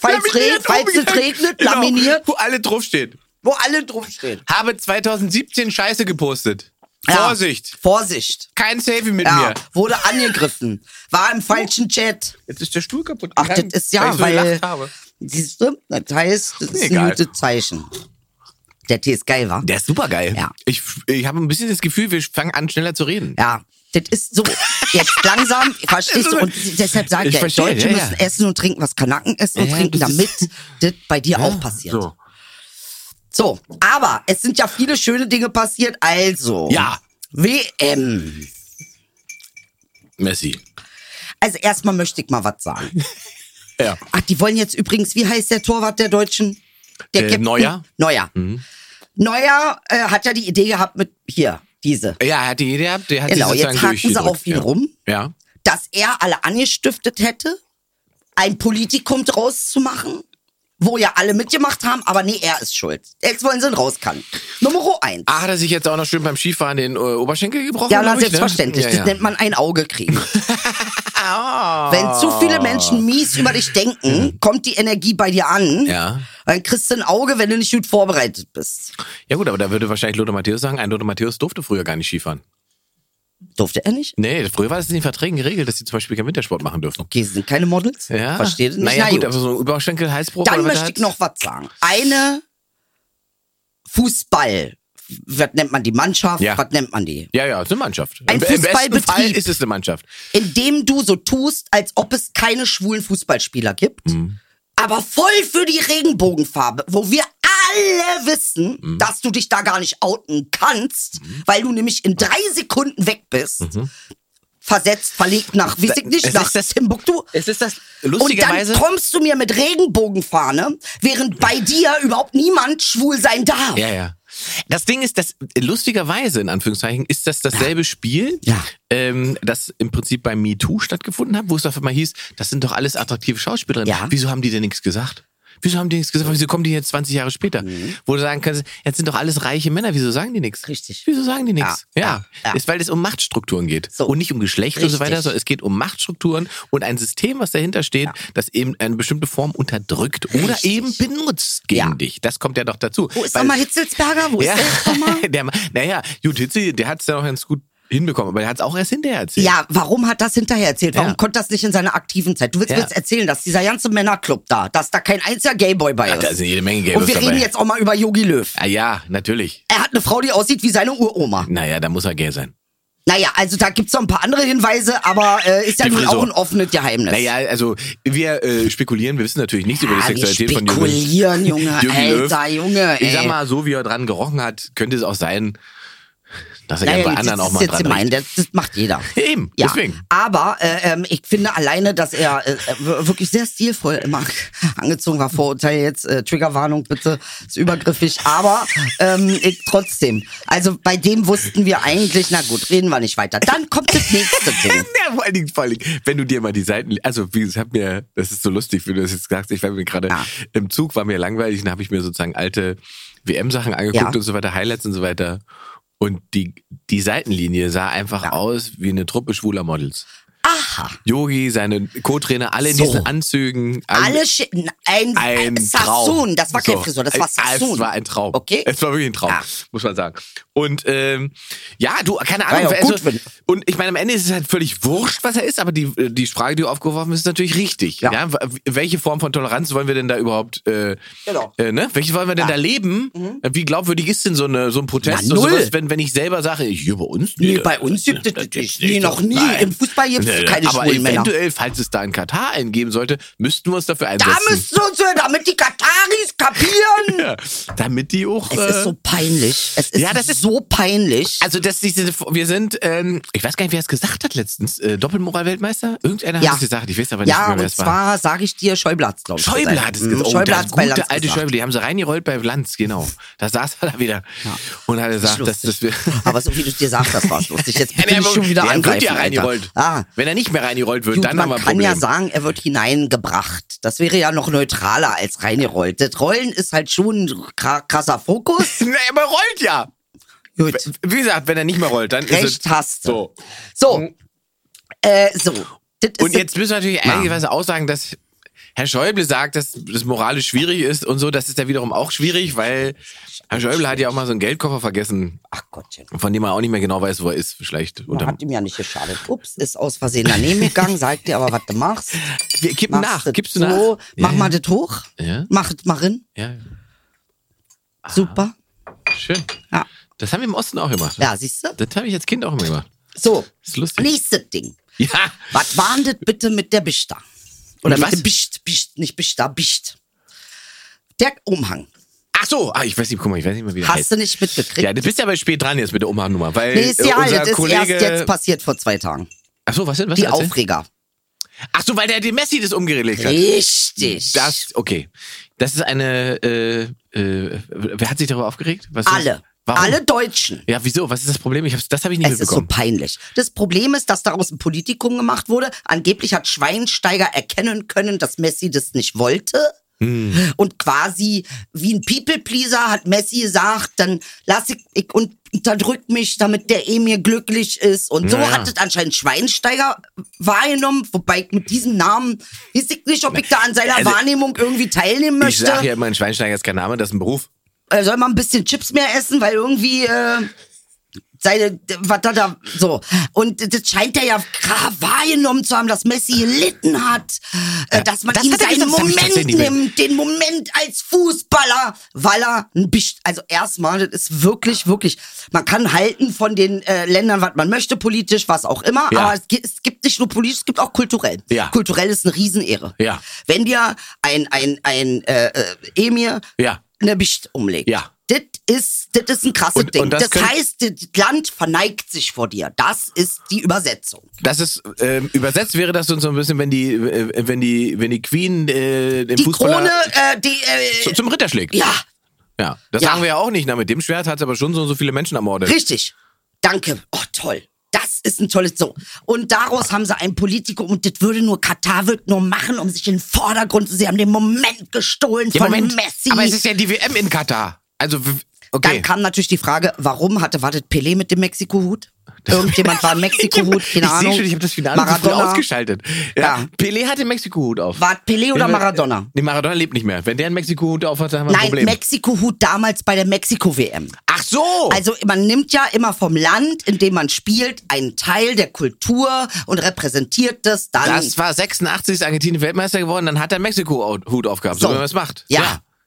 falls, laminiert reg, falls es umgegangen. regnet, Genau, laminiert, Wo alle draufsteht. wo alle draufstehen. Habe 2017 Scheiße gepostet. Ja. Vorsicht, Vorsicht. kein Selfie mit Ja, mir. wurde angegriffen. War im falschen Chat. Jetzt ist der Stuhl kaputt Ach, das gegangen, ist ja, ich so weil. gelacht habe. Siehst du, das heißt, das ist Egal. ein gutes Zeichen. Der Tee ist geil, wa? Der ist super geil. Ja. Ich, ich habe ein bisschen das Gefühl, wir fangen an, schneller zu reden. Ja, das ist so. Jetzt langsam, verstehst du? Und deshalb sage Ich ich, ja, verstehe, Deutsche ja, ja. müssen essen und trinken, was Kanaken essen und Ja, trinken, das ist- damit das bei dir auch passiert. So. So. aber es sind ja viele schöne Dinge passiert. Also, Ja. WM. Messi. Also erstmal möchte ich mal was sagen. Ja. Ach, die wollen jetzt übrigens, wie heißt der Torwart der Deutschen? Äh, Der Captain? Neuer? Mhm. Neuer. Neuer äh, hat ja die Idee gehabt mit hier, diese. Ja, er hat die Idee gehabt, der hat Genau, sie sozusagen jetzt haken sie durchgedrückt, auf ihn ja. rum. Ja. dass er alle angestiftet hätte, ein Politikum draus zu machen, wo ja alle mitgemacht haben, aber nee, er ist schuld. Jetzt wollen sie ihn rauskann. Nummer eins. Ah, hat er sich jetzt auch noch schön beim Skifahren den äh, Oberschenkel gebrochen? Ja, na, glaub ich, ne? selbstverständlich. Ja, Ah. ja. Das nennt man ein Auge [LAUGHS] kriegen. Wenn zu viele Menschen mies über dich denken, kommt die Energie bei dir an. Mhm. Ja. Dann kriegst du ein Auge, wenn du nicht gut vorbereitet bist. Ja gut, aber da würde wahrscheinlich Lothar Matthäus sagen, ein Lothar Matthäus durfte früher gar nicht Skifahren. Durfte er nicht? Nee, früher war das in den Verträgen geregelt, dass sie zum Beispiel keinen Wintersport machen dürfen. Okay, sie sind keine Models. Ja. Versteht ihr nicht? Naja Na gut, gut. aber so ein Oberschenkel, Halsbruch Dann oder was halt möchte er ich noch was sagen. Eine Fußball. Was nennt man die Mannschaft? Ja. Was nennt man die? Ja, ja, ist eine Mannschaft. Ein Im- Im besten Fußballbetrieb. Fall ist es eine Mannschaft. Indem du so tust, als ob es keine schwulen Fußballspieler gibt, Mhm. aber voll für die Regenbogenfarbe, wo wir alle wissen, Mhm. dass du dich da gar nicht outen kannst, weil du nämlich in drei Sekunden weg bist. Versetzt, verlegt nach, wie ich nicht, Mhm. es nach ist das- Timbuktu. Es ist das Und dann lustigerweise. kommst du mir mit Regenbogenfahne, während bei dir überhaupt niemand schwul sein darf. Ja, ja. Das Ding ist, dass lustigerweise in Anführungszeichen ist das dasselbe Spiel, Ja. ähm, das im Prinzip beim MeToo stattgefunden hat, wo es auf einmal hieß, das sind doch alles attraktive Schauspielerinnen. Ja. Wieso haben die denn nichts gesagt? Wieso haben die nichts gesagt? Wieso kommen die jetzt 20 Jahre später? Mhm. Wo du sagen kannst, jetzt sind doch alles reiche Männer, wieso sagen die nichts? Richtig. Wieso sagen die nichts? Ja, Ja. ja, ja. Ist, weil es um Machtstrukturen geht. So. Und nicht um Geschlecht und so Richtig. weiter, sondern es geht um Machtstrukturen und ein System, was dahinter steht, das eben eine bestimmte Form unterdrückt oder Richtig. eben benutzt gegen Ja. dich. Das kommt ja doch dazu. Wo ist Weil- nochmal Hitzelsberger? Wo ist der jetzt [LAUGHS] nochmal? der, Ma- naja, gut, Hitzi, der hat's ja noch ganz gut hinbekommen, aber der hat's auch erst hinterher erzählt. Ja, warum hat das hinterher erzählt? Warum Ja. konnte das nicht in seiner aktiven Zeit? Du willst mir Ja. jetzt erzählen, dass dieser ganze Männerclub da, dass da kein einziger Gayboy bei Ja, ist. da sind jede Menge Geld Und wir dabei. reden jetzt auch mal über Yogi Löw. Ah, ja, natürlich. Er hat eine Frau, die aussieht wie seine Uroma. Naja, da muss er gay sein. Naja, also da gibt's noch ein paar andere Hinweise, aber äh, ist ja Die nun Frisur. auch ein offenes Geheimnis. Naja, also wir äh, spekulieren, wir wissen natürlich nichts über die Ah, wir Sexualität von Jürgen. spekulieren, Junge. Jürgen Löw. [LAUGHS] Alter, Junge. Ey. Ich sag mal, so wie er dran gerochen hat, könnte es auch sein, dass er naja, gerne bei gut, anderen das auch mal ist jetzt dran riecht. gemein, das, das macht jeder. Eben, Ja, deswegen. aber äh, ähm, ich finde alleine, dass er äh, w- wirklich sehr stilvoll immer [LAUGHS] angezogen war. Vorurteil jetzt, äh, Triggerwarnung bitte, ist übergriffig. Aber ähm, ich trotzdem, also bei dem wussten wir eigentlich, na gut, reden wir nicht weiter. Dann kommt [LAUGHS] das nächste Ding. Ja, vor allen Dingen, vor allen Dingen, wenn du dir mal die Seiten, also wie es hat mir, das ist so lustig, wie du das jetzt sagst, ich war mir gerade Ja. im Zug, war mir langweilig und habe ich mir sozusagen alte WM-Sachen angeguckt Ja. und so weiter, Highlights und so weiter. Und die, die Seitenlinie sah einfach aus wie eine Truppe schwuler Models. Aha, Yogi, seine Co-Trainer, alle in So. diesen Anzügen. alle Schi- ein, ein Äh, Sassoon, Traum. das war kein So. Äh, Frisur, das war Sassoon. Es war ein Traum. Okay. Ah. Es war wirklich ein Traum, Ja. muss man sagen. Und ähm, ja, du, keine War Ahnung. also ja auch gut, wenn- und ich meine, am Ende ist es halt völlig wurscht, was er ist, aber die, äh, die Frage, die du aufgeworfen hast, ist natürlich richtig. Ja. Ja. w- Welche Form von Toleranz wollen wir denn da überhaupt, äh, Genau. äh, ne? Welche wollen wir denn Ja. Mhm. da leben? Wie glaubwürdig ist denn so, eine, so ein Protest Na, oder null. sowas, wenn, wenn ich selber sage, hier bei uns? Nee, bei uns gibt es das nicht. Nee, noch nie. Nein. Im Fußball gibt's Nee, keine aber schwulen Männer. eventuell, falls es da in Katar einen geben sollte, müssten wir uns dafür einsetzen. Da müssen wir uns hören, damit die Kataris kapieren. [LAUGHS] Ja, damit die auch. Es äh, ist so peinlich. Es ist, Ja, das ist- so peinlich. also dass diese, wir sind, ähm, ich weiß gar nicht, wer es gesagt hat letztens, äh, Doppelmoral-Weltmeister. Irgendeiner Ja. hat es gesagt, ich weiß aber nicht Ja, mehr, wer und es war. zwar sage ich dir Schäublatz, glaube ich. Hm, Schäuble hat es gesagt. Oh, Schäuble der hat es bei Lanz gute alte gesagt. Schäuble, die haben sie reingerollt bei Lanz, genau. Da saß er da wieder und hat gesagt, dass, dass wir. [LAUGHS] [LAUGHS] Aber so wie du es dir sagst, das war's lustig. Jetzt bin Der ich schon wieder der angreifen, wird ja Alter. reingerollt. Ah, Wenn er nicht mehr reingerollt wird, gut, dann haben man wir ein kann Problem. ja sagen, er wird hineingebracht. Das wäre ja noch neutraler als reingerollt. Das Rollen ist halt schon ein kra- krasser [LAUGHS] Fokus. Na, aber er rollt ja. Gut, Wie gesagt, wenn er nicht mehr rollt, dann ist recht es. hast du. So. So, äh, so. Das ist Und ein- jetzt müssen wir natürlich einigerweise aussagen, dass Herr Schäuble sagt, dass das moralisch schwierig ist und so. Das ist ja wiederum auch schwierig, weil Herr Schäuble hat ja auch mal so einen Geldkoffer vergessen, Ach Gottchen. von dem er auch nicht mehr genau weiß, wo er ist. Vielleicht unter. Hat ihm ja nicht geschadet. Ups, ist aus Versehen daneben gegangen. Sag dir aber, was du machst. Wir kippen Machst nach. das Gibst du nach? so, Mach ja, mal das hoch. Ja. Ah. Mach das mal rein. Ja, Super. schön. Ja. Das haben wir im Osten auch gemacht. Ja, siehst du? Das habe ich als Kind auch immer gemacht. So, Das ist lustig. nächstes Ding. Ja. Was war denn das bitte mit der Bichter? Oder Mit mit was? dem Bicht, Bicht, nicht Bichter, Bicht. Der Umhang. Ach so. Ah, ich weiß nicht, guck mal, ich weiß nicht mehr, wie der Hast heißt. du nicht mitgekriegt? Ja, du bist ja aber spät dran jetzt mit der Oma-Nummer, weil nee, ist äh, ja, unser das ist Kollege. erst jetzt passiert vor zwei Tagen. Ach so, was denn? Was Die erzähl? Aufreger. Ach so, weil der die Messi das umgelegt hat. Richtig. Das, okay. Das ist eine, äh, äh, wer hat sich darüber aufgeregt? Was ist- Alle. Warum? Alle Deutschen. Ja, wieso? Was ist das Problem? Ich hab's, das habe ich nicht Es ist so mitbekommen. peinlich. Das Problem ist, dass daraus ein Politikum gemacht wurde. Angeblich hat Schweinsteiger erkennen können, dass Messi das nicht wollte. Hm. Und quasi wie ein People-Pleaser hat Messi gesagt, dann lass ich, ich und unterdrück mich, damit der Emir glücklich ist. Und so Naja. hat es anscheinend Schweinsteiger wahrgenommen, wobei ich mit diesem Namen, weiß ich nicht, ob ich da an seiner Also, Wahrnehmung irgendwie teilnehmen ich möchte. sage ja immer, ein Schweinsteiger ist kein Name, das ist ein Beruf. Er äh, soll mal ein bisschen Chips mehr essen, weil irgendwie äh, seine, was hat er so. Und das scheint er ja krass wahrgenommen zu haben, dass Messi gelitten hat, äh, dass man das ihm hat er seinen gesagt, das hab ich Moment tatsächlich nimmt, den Moment als Fußballer, weil er ein bisschen, also erstmal, das ist wirklich, wirklich, man kann halten von den äh, Ländern, was man möchte, politisch, was auch immer, Ja. aber es gibt, es gibt nicht nur politisch, es gibt auch kulturell. Ja. Kulturell ist eine Riesenehre. Ja. Wenn dir ein, ein, ein äh, äh, Emir Ja. eine Bicht ne, umlegt. Ja. Das ist, das ist ein krasses Und- Ding. und das das könnt- heißt, das Land verneigt sich vor dir. Das ist die Übersetzung. Das ist ähm, übersetzt wäre das so ein bisschen, wenn die, äh, wenn die, wenn die Queen äh, den Die Fußballer Krone, äh, die, äh, zu, zum Ritter schlägt. ja, Ja, das Ja. sagen wir ja auch nicht. Na, mit dem Schwert hat es aber schon so und so viele Menschen ermordet. richtig. Danke. Oh, toll. Das ist ein tolles so. Und daraus haben sie ein Politikum und das würde nur Katar wird nur machen, um sich in den Vordergrund zu. Sie haben den Moment gestohlen Ja, von Moment, Messi. Aber es ist ja die WM in Katar. Also, w- okay. Dann kam natürlich die Frage, warum hatte wartet Pelé mit dem Mexiko-Hut? [LAUGHS] Irgendjemand war im Mexiko-Hut, ich keine Ahnung. sehe schon, ich habe das Finale so früh Maradona. ausgeschaltet. Ja. Ja. Pelé hat den Mexiko-Hut auf. War Pelé oder Ja, Maradona? äh, Nee, Maradona lebt nicht mehr. Wenn der einen Mexiko-Hut auf hat, dann haben wir ein Nein, Problem. Mexiko-Hut damals bei der Mexiko-WM. Ach so! Also man nimmt ja immer vom Land, in dem man spielt, einen Teil der Kultur und repräsentiert das dann. das war 86, ist Argentinien Weltmeister geworden, dann hat er einen Mexiko-Hut aufgehabt, so, So. wie man es macht. Ja.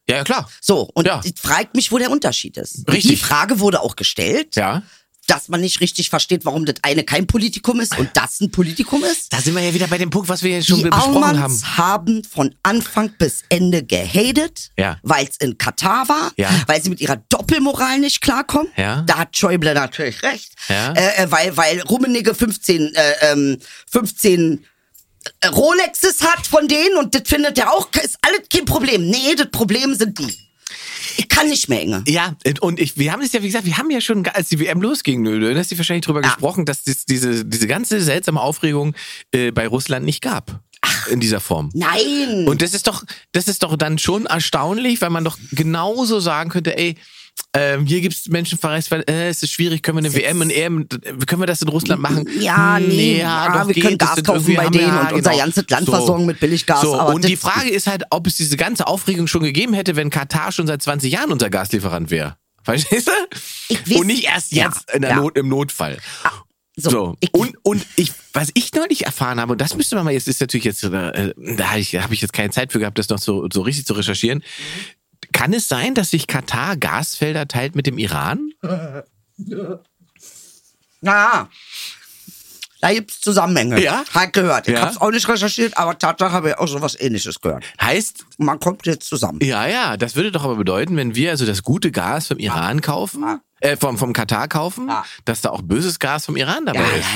Ja, ja, klar. so, und Ja. ich fragt mich, wo der Unterschied ist. Und Richtig. Die Frage wurde auch gestellt, Ja. dass man nicht richtig versteht, warum das eine kein Politikum ist und das ein Politikum ist. Da sind wir ja wieder bei dem Punkt, was wir hier schon die besprochen haben. Aumanns haben von Anfang bis Ende gehatet, Ja. weil es in Katar war, Ja. weil sie mit ihrer Doppelmoral nicht klarkommen. Ja. Da hat Schäuble natürlich recht, Ja. äh, äh, weil, weil Rummenigge 15, äh, ähm, 15 Rolexes hat von denen und das findet er auch, ist alles kein Problem. Nee, das Problem sind die. Ich kann nicht mehr, Inge. Ja, äh, und ich, wir haben es ja, wie gesagt, wir haben ja schon, als die WM losging, du hast wahrscheinlich drüber gesprochen, dass dies, diese, diese ganze seltsame Aufregung äh, bei Russland nicht gab. In dieser Form. Nein. Und das ist doch, das ist doch dann schon erstaunlich, weil man doch genauso sagen könnte, ey, ähm, hier gibt es Menschenverrechts, weil äh, es ist schwierig, können wir eine WM und EM, können wir das in Russland machen? Ja, Hm, nee, ja, wir können das Gas sind kaufen irgendwie- bei haben wir- genau. denen und unser ganzes Land versorgen mit Billiggas, So, aber und das- die Frage ist halt, ob es diese ganze Aufregung schon gegeben hätte, wenn Katar schon seit 20 Jahren unser Gaslieferant wäre. Verstehst du? Ich weiß- und nicht erst Ja, jetzt in der ja. Not, im Notfall. So, so, ich- und, und ich, was ich neulich erfahren habe, und das müsste man mal, jetzt ist natürlich jetzt, äh, da habe ich, hab ich jetzt keine Zeit für gehabt, das noch so, so richtig zu recherchieren. Kann es sein, dass sich Katar Gasfelder teilt mit dem Iran? Na, da gibt's Zusammenhänge. Ja? Halt gehört. Ich Ja. hab's auch nicht recherchiert, aber Tatsache habe ich auch sowas ähnliches gehört. Heißt, Und man kommt jetzt zusammen. ja, ja, das würde doch aber bedeuten, wenn wir also das gute Gas vom Iran kaufen, äh, vom, vom Katar kaufen, Ja. dass da auch böses Gas vom Iran dabei ist.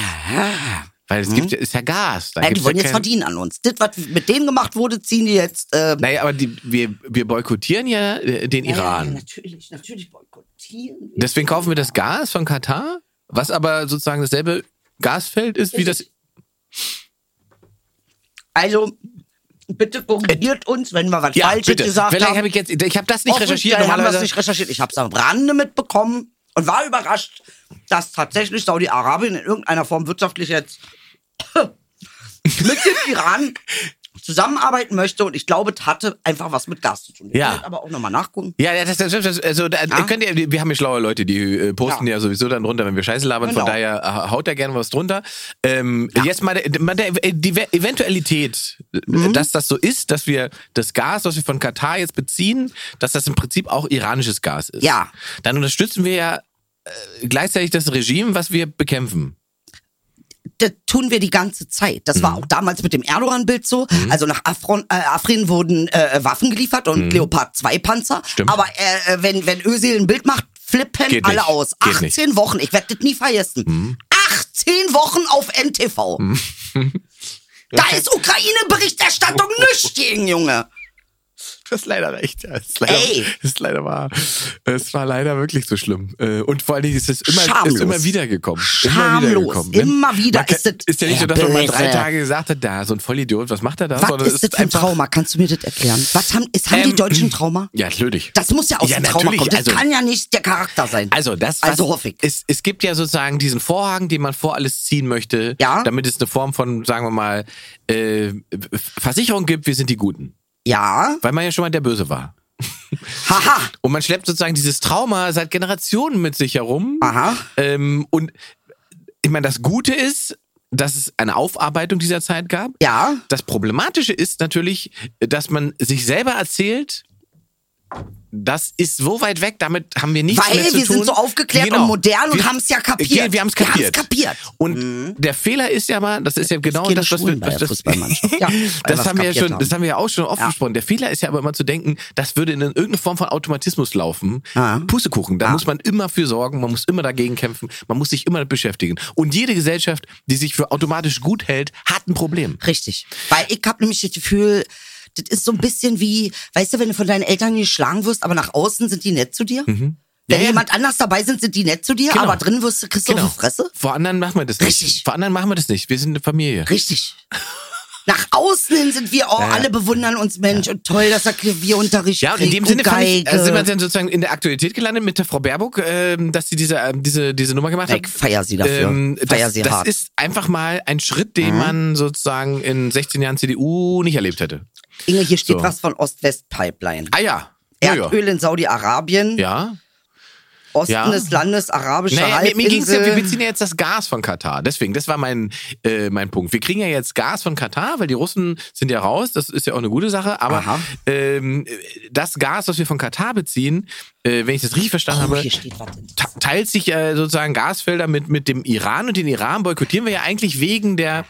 Weil es gibt, ja- ist ja Gas. Da Ja, gibt's die wollen ja jetzt kein- verdienen an uns. Das, was mit denen gemacht wurde, ziehen die jetzt. Äh, Naja, aber die, wir, wir boykottieren ja äh, den Iran. natürlich, natürlich boykottieren. Deswegen kaufen wir das Gas von Katar, was aber sozusagen dasselbe Gasfeld ist wie das. Also, bitte korrigiert uns, wenn wir was Falsches gesagt Vielleicht haben. habe ich jetzt, ich habe das nicht Offiziell recherchiert. haben wir es Normalerweise. nicht recherchiert. Ich habe es am Rande mitbekommen und war überrascht, dass tatsächlich Saudi-Arabien in irgendeiner Form [LAUGHS] wirtschaftlich jetzt mit dem Iran zusammenarbeiten möchte. Und ich glaube, es hatte einfach was mit Gas zu tun. Ich Ja. werd aber auch nochmal nachgucken. Ja, ja, das, das, das also da, Ja? Könnt ihr, wir haben hier schlaue Leute, die äh, posten ja. Ja. sowieso dann drunter, wenn wir Scheiße labern. Von Genau. daher äh, haut da gerne was drunter. Ähm, Jetzt mal, der, mal der, äh, die We- Eventualität, äh, Mhm. dass das so ist, dass wir das Gas, was wir von Katar jetzt beziehen, dass das im Prinzip auch iranisches Gas ist. Ja. Dann unterstützen wir ja äh, gleichzeitig das Regime, was wir bekämpfen. Das tun wir die ganze Zeit. Das Mhm. war auch damals mit dem Erdogan-Bild so. Also nach Afron, äh, Afrin wurden äh, Waffen geliefert und Leopard 2-Panzer. Mhm. Stimmt. Aber äh, äh, wenn, wenn Özil ein Bild macht, flippen Geht alle nicht. aus. Geht nicht. Mhm. 18 Wochen, ich werde das nie vergessen. 18 Wochen auf NTV. [LAUGHS] Da ist Ukraine-Berichterstattung nicht gegen, Junge. Das ist leider echt. Das ist leider, Ey! Das ist leider wahr. Es war leider wirklich so schlimm. Äh, Und vor allen Dingen ist es immer, Schamlos. ist immer wieder gekommen. Schamlos. Immer wieder Man kann, ist das- Ist ja nicht so, dass Herr man mal drei Böse. Tage gesagt hat, da, so ein Vollidiot, was macht er da? Was ist das für ein einfach- Trauma? Kannst du mir das erklären? Was haben, ist, haben die Ähm, Deutschen Trauma? Ja, natürlich. Das muss ja aus Ja, dem Trauma natürlich, kommen. Das also- kann ja nicht der Charakter sein. Also das was- Also hoffe ich. Es, es gibt ja sozusagen diesen Vorhang, den man vor alles ziehen möchte, Ja. damit es eine Form von, sagen wir mal, äh, Versicherung gibt, wir sind die Guten. ja, Weil man ja schon mal der Böse war. haha, Und man schleppt sozusagen dieses Trauma seit Generationen mit sich herum. aha. Ähm, und ich meine, das Gute ist, dass es eine Aufarbeitung dieser Zeit gab. Ja, Das Problematische ist natürlich, dass man sich selber erzählt, das ist so weit weg, damit haben wir nichts Weil mehr zu wir tun. Genau. sind so aufgeklärt und modern und haben's ja kapiert. Wir, wir haben es Wir haben's kapiert. kapiert. Und der Fehler ist ja mal, das ist ja genau gehen das, das was wir... Schulen bei der was das- [LAUGHS] Fußballmannschaft. Ja, weil das, wir's haben wir ja kapiert schon, haben. das haben wir ja auch schon oft Ja. besprochen. Der Fehler ist ja aber immer zu denken, das würde in irgendeine Form von Automatismus laufen. Ah. Pussekuchen, da Ah. muss man immer für sorgen, man muss immer dagegen kämpfen, man muss sich immer beschäftigen. Und jede Gesellschaft, die sich für automatisch gut hält, hat ein Problem. Richtig. Weil ich habe nämlich das Gefühl, das ist so ein bisschen wie, weißt du, wenn du von deinen Eltern geschlagen wirst, aber nach außen sind die nett zu dir. Ja, Wenn Mhm. ja. jemand anders dabei sind, sind die nett zu dir, Genau. aber drin wirst du kriegst du auf die Fresse. Vor anderen machen wir das nicht. Richtig. Vor anderen machen wir das nicht. Wir sind eine Familie. Richtig. Nach außen hin sind wir auch alle bewundern uns Mensch und toll, dass er Klavierunterricht Ja, und in kriegt dem Sinne fand ich, Geige. also sind wir dann sozusagen in der Aktualität gelandet mit der Frau Baerbock, ähm, dass sie diese, ähm, diese, diese Nummer gemacht hat. Ich feier sie dafür. feier Ähm, das sie das hart. Mhm. ist einfach mal ein Schritt, den man sozusagen in 16 Jahren CDU nicht erlebt hätte. Inge, hier steht So. was von Ost-West-Pipeline. Ah ja. Ja, ja. Erdöl in Saudi-Arabien, ja. Osten Ja. des Landes, arabische Naja, mir, mir ging's ja, wir Halbinsel. beziehen ja jetzt das Gas von Katar. Deswegen, das war mein, äh, mein Punkt. Wir kriegen ja jetzt Gas von Katar, weil die Russen sind ja raus. Das ist ja auch eine gute Sache. Aber Aha. ähm, das Gas, was wir von Katar beziehen, äh, wenn ich das richtig verstanden oh, habe, hier steht was. te- teilt sich äh, sozusagen Gasfelder mit, mit dem Iran und den Iran boykottieren wir ja eigentlich wegen der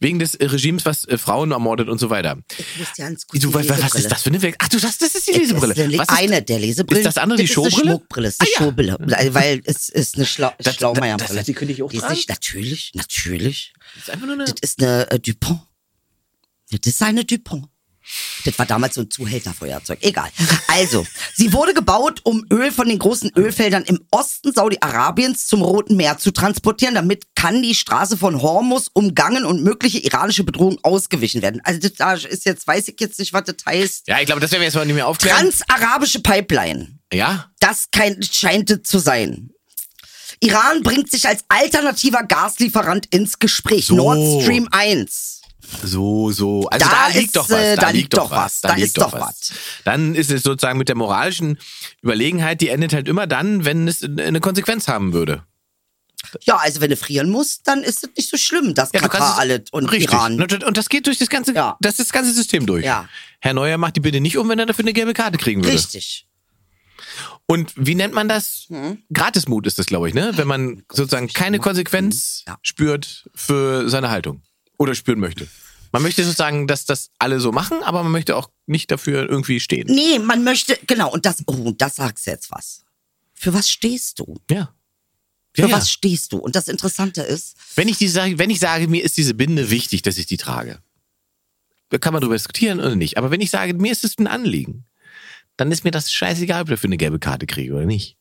wegen des äh, Regimes, was äh, Frauen ermordet und so weiter. Ich muss dir ganz kurz Du, die was, was Lesebrille- ist das für eine Welt? Ach du, das, das ist die Das Lesebrille. ist eine, Was ist, eine der Lesebrillen. Ist das andere die ist eine Showbrille? Schmuckbrille, ist eine Ah, ja. Showbrille. Also, Weil es ist eine Schla Das- Schlaumeierbrille. das- das- die könnte ich auch Die ist tragen? nicht, natürlich, natürlich. Das ist einfach nur eine, Das ist eine äh, Dupont. Das ist eine Dupont. Das war damals so ein Zuhälterfeuerzeug. Egal. Also, sie wurde gebaut, um Öl von den großen Ölfeldern im Osten Saudi-Arabiens zum Roten Meer zu transportieren. Damit kann die Straße von Hormus umgangen und mögliche iranische Bedrohung ausgewichen werden. Also, das da ist jetzt, weiß ich jetzt nicht, was das heißt. ja, ich glaube, das werden wir jetzt mal nicht mehr aufklären. Transarabische Pipeline. ja, Das kein, scheint es zu sein. Iran bringt sich als alternativer Gaslieferant ins Gespräch. So. Nord Stream 1. So, so. Also da, Da liegt ist, doch was. äh, Da, liegt doch was. da liegt ist doch was. Dann ist es sozusagen mit der moralischen Überlegenheit, die endet halt immer dann, wenn es eine Konsequenz haben würde. Ja, also wenn du frieren musst, dann ist es nicht so schlimm, dass du kannst Katar es- alles und Richtig. ne? Iran. Und und das geht durch das ganze, Ja. das ist das ganze System durch. Ja. Herr Neuer macht die bitte nicht um, wenn er dafür eine gelbe Karte kriegen würde. Richtig. Und wie nennt man das? Hm? Gratismut ist das, glaube ich, ne? Wenn man sozusagen keine Konsequenz Hm. Ja. spürt für seine Haltung oder spüren möchte. Man möchte sozusagen, dass das alle so machen, aber man möchte auch nicht dafür irgendwie stehen. Nee, man möchte, genau, und das, oh, das sagst jetzt was. Für was stehst du? Ja. Für Ja, ja. was stehst du? Und das Interessante ist, Wenn ich, die sage, wenn ich sage, mir ist diese Binde wichtig, dass ich die trage, da kann man darüber diskutieren oder nicht. Aber wenn ich sage, mir ist es ein Anliegen, dann ist mir das scheißegal, ob ich dafür eine gelbe Karte kriege oder nicht.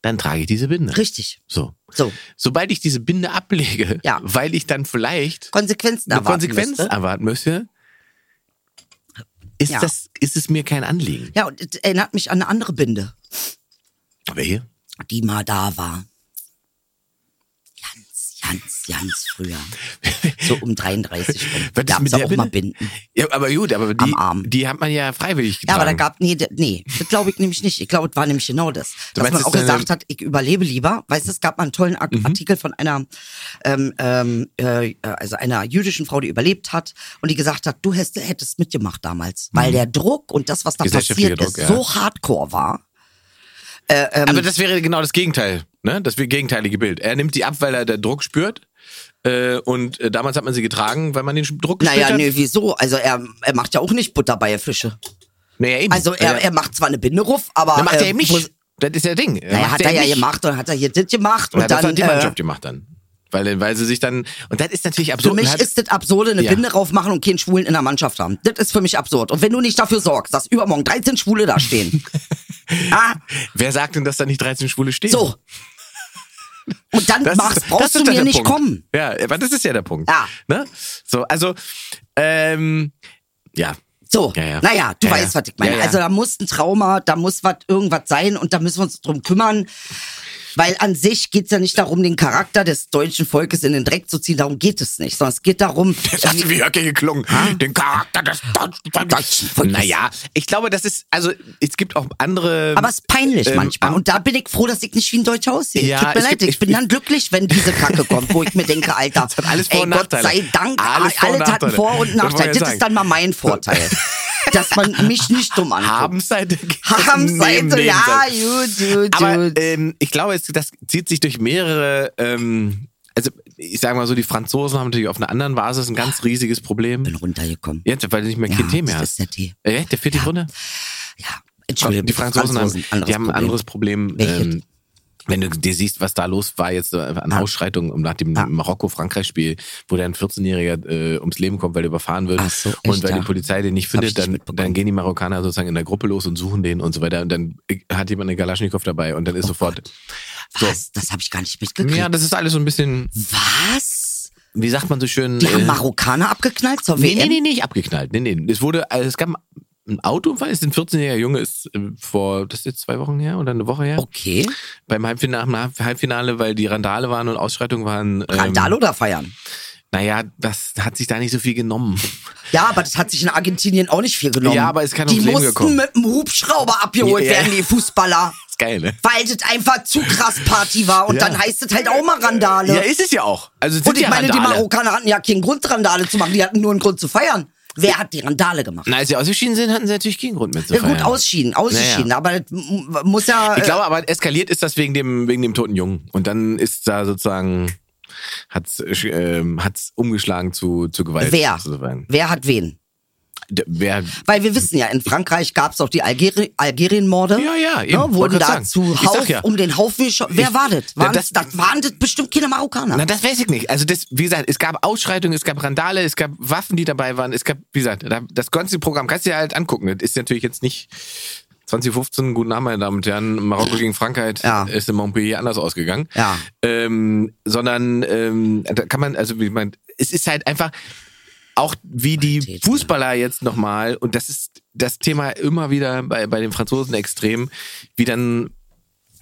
Dann trage ich diese Binde. richtig. So. So, Sobald ich diese Binde ablege, Ja. weil ich dann vielleicht Konsequenzen eine erwarten Konsequenz müsste. erwarten müsste, ist, Ja. das, ist es mir kein Anliegen. Ja, und es erinnert mich an eine andere Binde. Welche? die mal da war. Ganz, ganz, ganz [LAUGHS] früher. So um 33 rum. Was ist Da mit gab's ja der auch mal Binde? Binden. Ja, aber gut, aber die, Am Arm. die hat man ja freiwillig Ja, getragen. aber da gab, nee, d- nee, das glaube ich nämlich nicht. Ich glaube, es war nämlich genau das. Dass meinst, man das auch ist eine- Mhm. gesagt hat, ich überlebe lieber. Weißt du, es gab mal einen tollen Ar- Artikel von einer, ähm, ähm, äh, also einer jüdischen Frau, die überlebt hat und die gesagt hat, du hättest, hättest mitgemacht damals. Weil der Druck und das, was da Mhm. Gesellschaftlicher passiert ist, Druck, ja. so hardcore war. Aber das wäre genau das Gegenteil, ne? Das wär- gegenteilige Bild. Er nimmt die ab, weil er der Druck spürt. Äh, und äh, damals hat man sie getragen, weil man den Sch- Druck gespürt Naja, hat. nee, wieso? Also er, er macht ja auch nicht Butter bei Fische. Naja, eben. Also er, er macht zwar eine Binde ruf, aber dann macht er äh, eben nicht. wo- Das ist ja Ding. Naja, hat er ja gemacht und hat er hier das gemacht Und und dann, das dann hat die Mannschaft äh, gemacht dann. Weil, weil sie sich dann. Und das ist natürlich absurd. Für mich Und hat- ist das absurde, eine Ja. Binde raufmachen und keinen Schwulen in der Mannschaft haben. Das ist für mich absurd. Und wenn du nicht dafür sorgst, dass übermorgen 13 Schwule da [LAUGHS] stehen. ah, wer sagt denn, dass da nicht 13 Schwule stehen? so. Und dann Das machst, ist- das brauchst ist du doch mir der nicht Punkt. kommen. Ja, aber das ist ja der Punkt. Ja. Ne? So, also, ähm, ja. So, Ja, ja. naja, du Ja, weißt, ja. was ich meine. Ja, ja. Also da muss ein Trauma, da muss was irgendwas sein und da müssen wir uns drum kümmern. Weil an sich geht's ja nicht darum, den Charakter des deutschen Volkes in den Dreck zu ziehen, darum geht es nicht, sondern es geht [LAUGHS] darum, Das hast du wie Höcke geklungen. Den Charakter des Deutschen. Naja, ich glaube, das ist, also, es gibt auch andere. aber es ist peinlich Ähm, manchmal. am- Und da bin ich froh, dass ich nicht wie ein Deutscher aussehe. Ja, Tut mir es leid, gibt- ich, ich- bin dann glücklich, wenn [LAUGHS] diese Kacke kommt, wo ich mir denke, Alter, hat alles Vor- ey, und Gott Nachteile. sei Dank, Alles alles, Vor- und hat Nachteile. Vor- Das und wollte Nachteile. ich Das ist sagen. dann mal [LAUGHS] mein Vorteil. dass man mich nicht dumm anguckt. [LAUGHS] Habenseite. Habenseite, ja, gut, gut, Aber gut. ähm, ich glaube, es, das zieht sich durch mehrere. Ähm, also, ich sage mal so, die Franzosen haben natürlich auf einer anderen Basis ein ganz riesiges bin Problem. runtergekommen. Jetzt, weil du nicht mehr Ja, kein Tee mehr das hast. ist der Tee. Äh, der vierte Gründe? Ja, Entschuldigung. Die Franzosen, haben, anderes die haben ein Problem. anderes Problem. Welches? Ähm, wenn du dir siehst, was da los war jetzt äh, an Ausschreitungen um nach dem Ah. Marokko-Frankreich-Spiel, wo dann ein 14-Jähriger äh, ums Leben kommt, weil er überfahren wird. Ach so, echt, und weil ja. die Polizei den nicht Hab ich findet, nicht dann, mitbekommen. dann gehen die Marokkaner sozusagen in der Gruppe los und suchen den und so weiter. Und dann äh, hat jemand eine Galaschnikow dabei und dann Oh ist sofort. Was? Das habe ich gar nicht mitgekriegt. Ja, das ist alles so ein bisschen, Was? wie sagt man so schön. Die haben äh, Marokkaner abgeknallt zur Nee, WM? nee, nee, nicht abgeknallt. Nee, nee. Es wurde, also es gab einen Autounfall, ist ein 14-jähriger Junge, ist äh, vor, das ist jetzt zwei Wochen her oder eine Woche her, Okay. beim Halbfinale, nach dem Halbfinale, weil die Randale waren und Ausschreitungen waren. Ähm, Randall oder feiern? Naja, das hat sich da nicht so viel [LAUGHS] genommen. Ja, aber das hat sich in Argentinien auch nicht viel genommen. Ja, aber es kann Die ums Leben mussten gekommen. mit dem Hubschrauber abgeholt Ja, ja. werden, die Fußballer. Ist geil, ne? Weil das einfach zu krass Party war. Und Ja. dann heißt es halt auch mal Randale. Ja, ist es ja auch. Also es sind Und ich ja meine, die Randale. Marokkaner hatten ja keinen Grund, Randale zu machen. Die hatten nur einen Grund zu feiern. Wer hat die Randale gemacht? Na, als sie ausgeschieden sind, hatten sie natürlich keinen Grund mehr zu Ja, feiern. gut, ausschieden, ausschieden. Naja. Aber das m- muss ja. Ich äh, glaube aber, eskaliert ist das wegen dem, wegen dem toten Jungen. Und dann ist da sozusagen, hat's, äh, hat's umgeschlagen zu, zu Gewalt. Wer? sozusagen. Wer hat wen? D- Wer? Weil wir wissen ja, in Frankreich gab es auch die Algeri Algerien-Morde. Ja, ja, eben. Ne, Wollte wurden grad da sagen. zu Ich sag Hauf ja. um den Haufen geschossen. Wer Ich- war das? Na, Waren das, das- das waren das bestimmt keine Marokkaner. Na, das weiß ich nicht. Also das, wie gesagt, es gab Ausschreitungen, es gab Randale, es gab Waffen, die dabei waren. Es gab, wie gesagt, da- das ganze Programm kannst du dir halt angucken. Das ist natürlich jetzt nicht 2015, guten Abend, meine Damen und Herren, Marokko gegen Frankreich Ja. ist in Montpellier anders ausgegangen. Ja. Ähm, sondern ähm, da kann man, also wie man, es ist halt einfach auch wie die Qualität, Fußballer jetzt nochmal, und das ist das Thema immer wieder bei, bei den Franzosen extrem, wie dann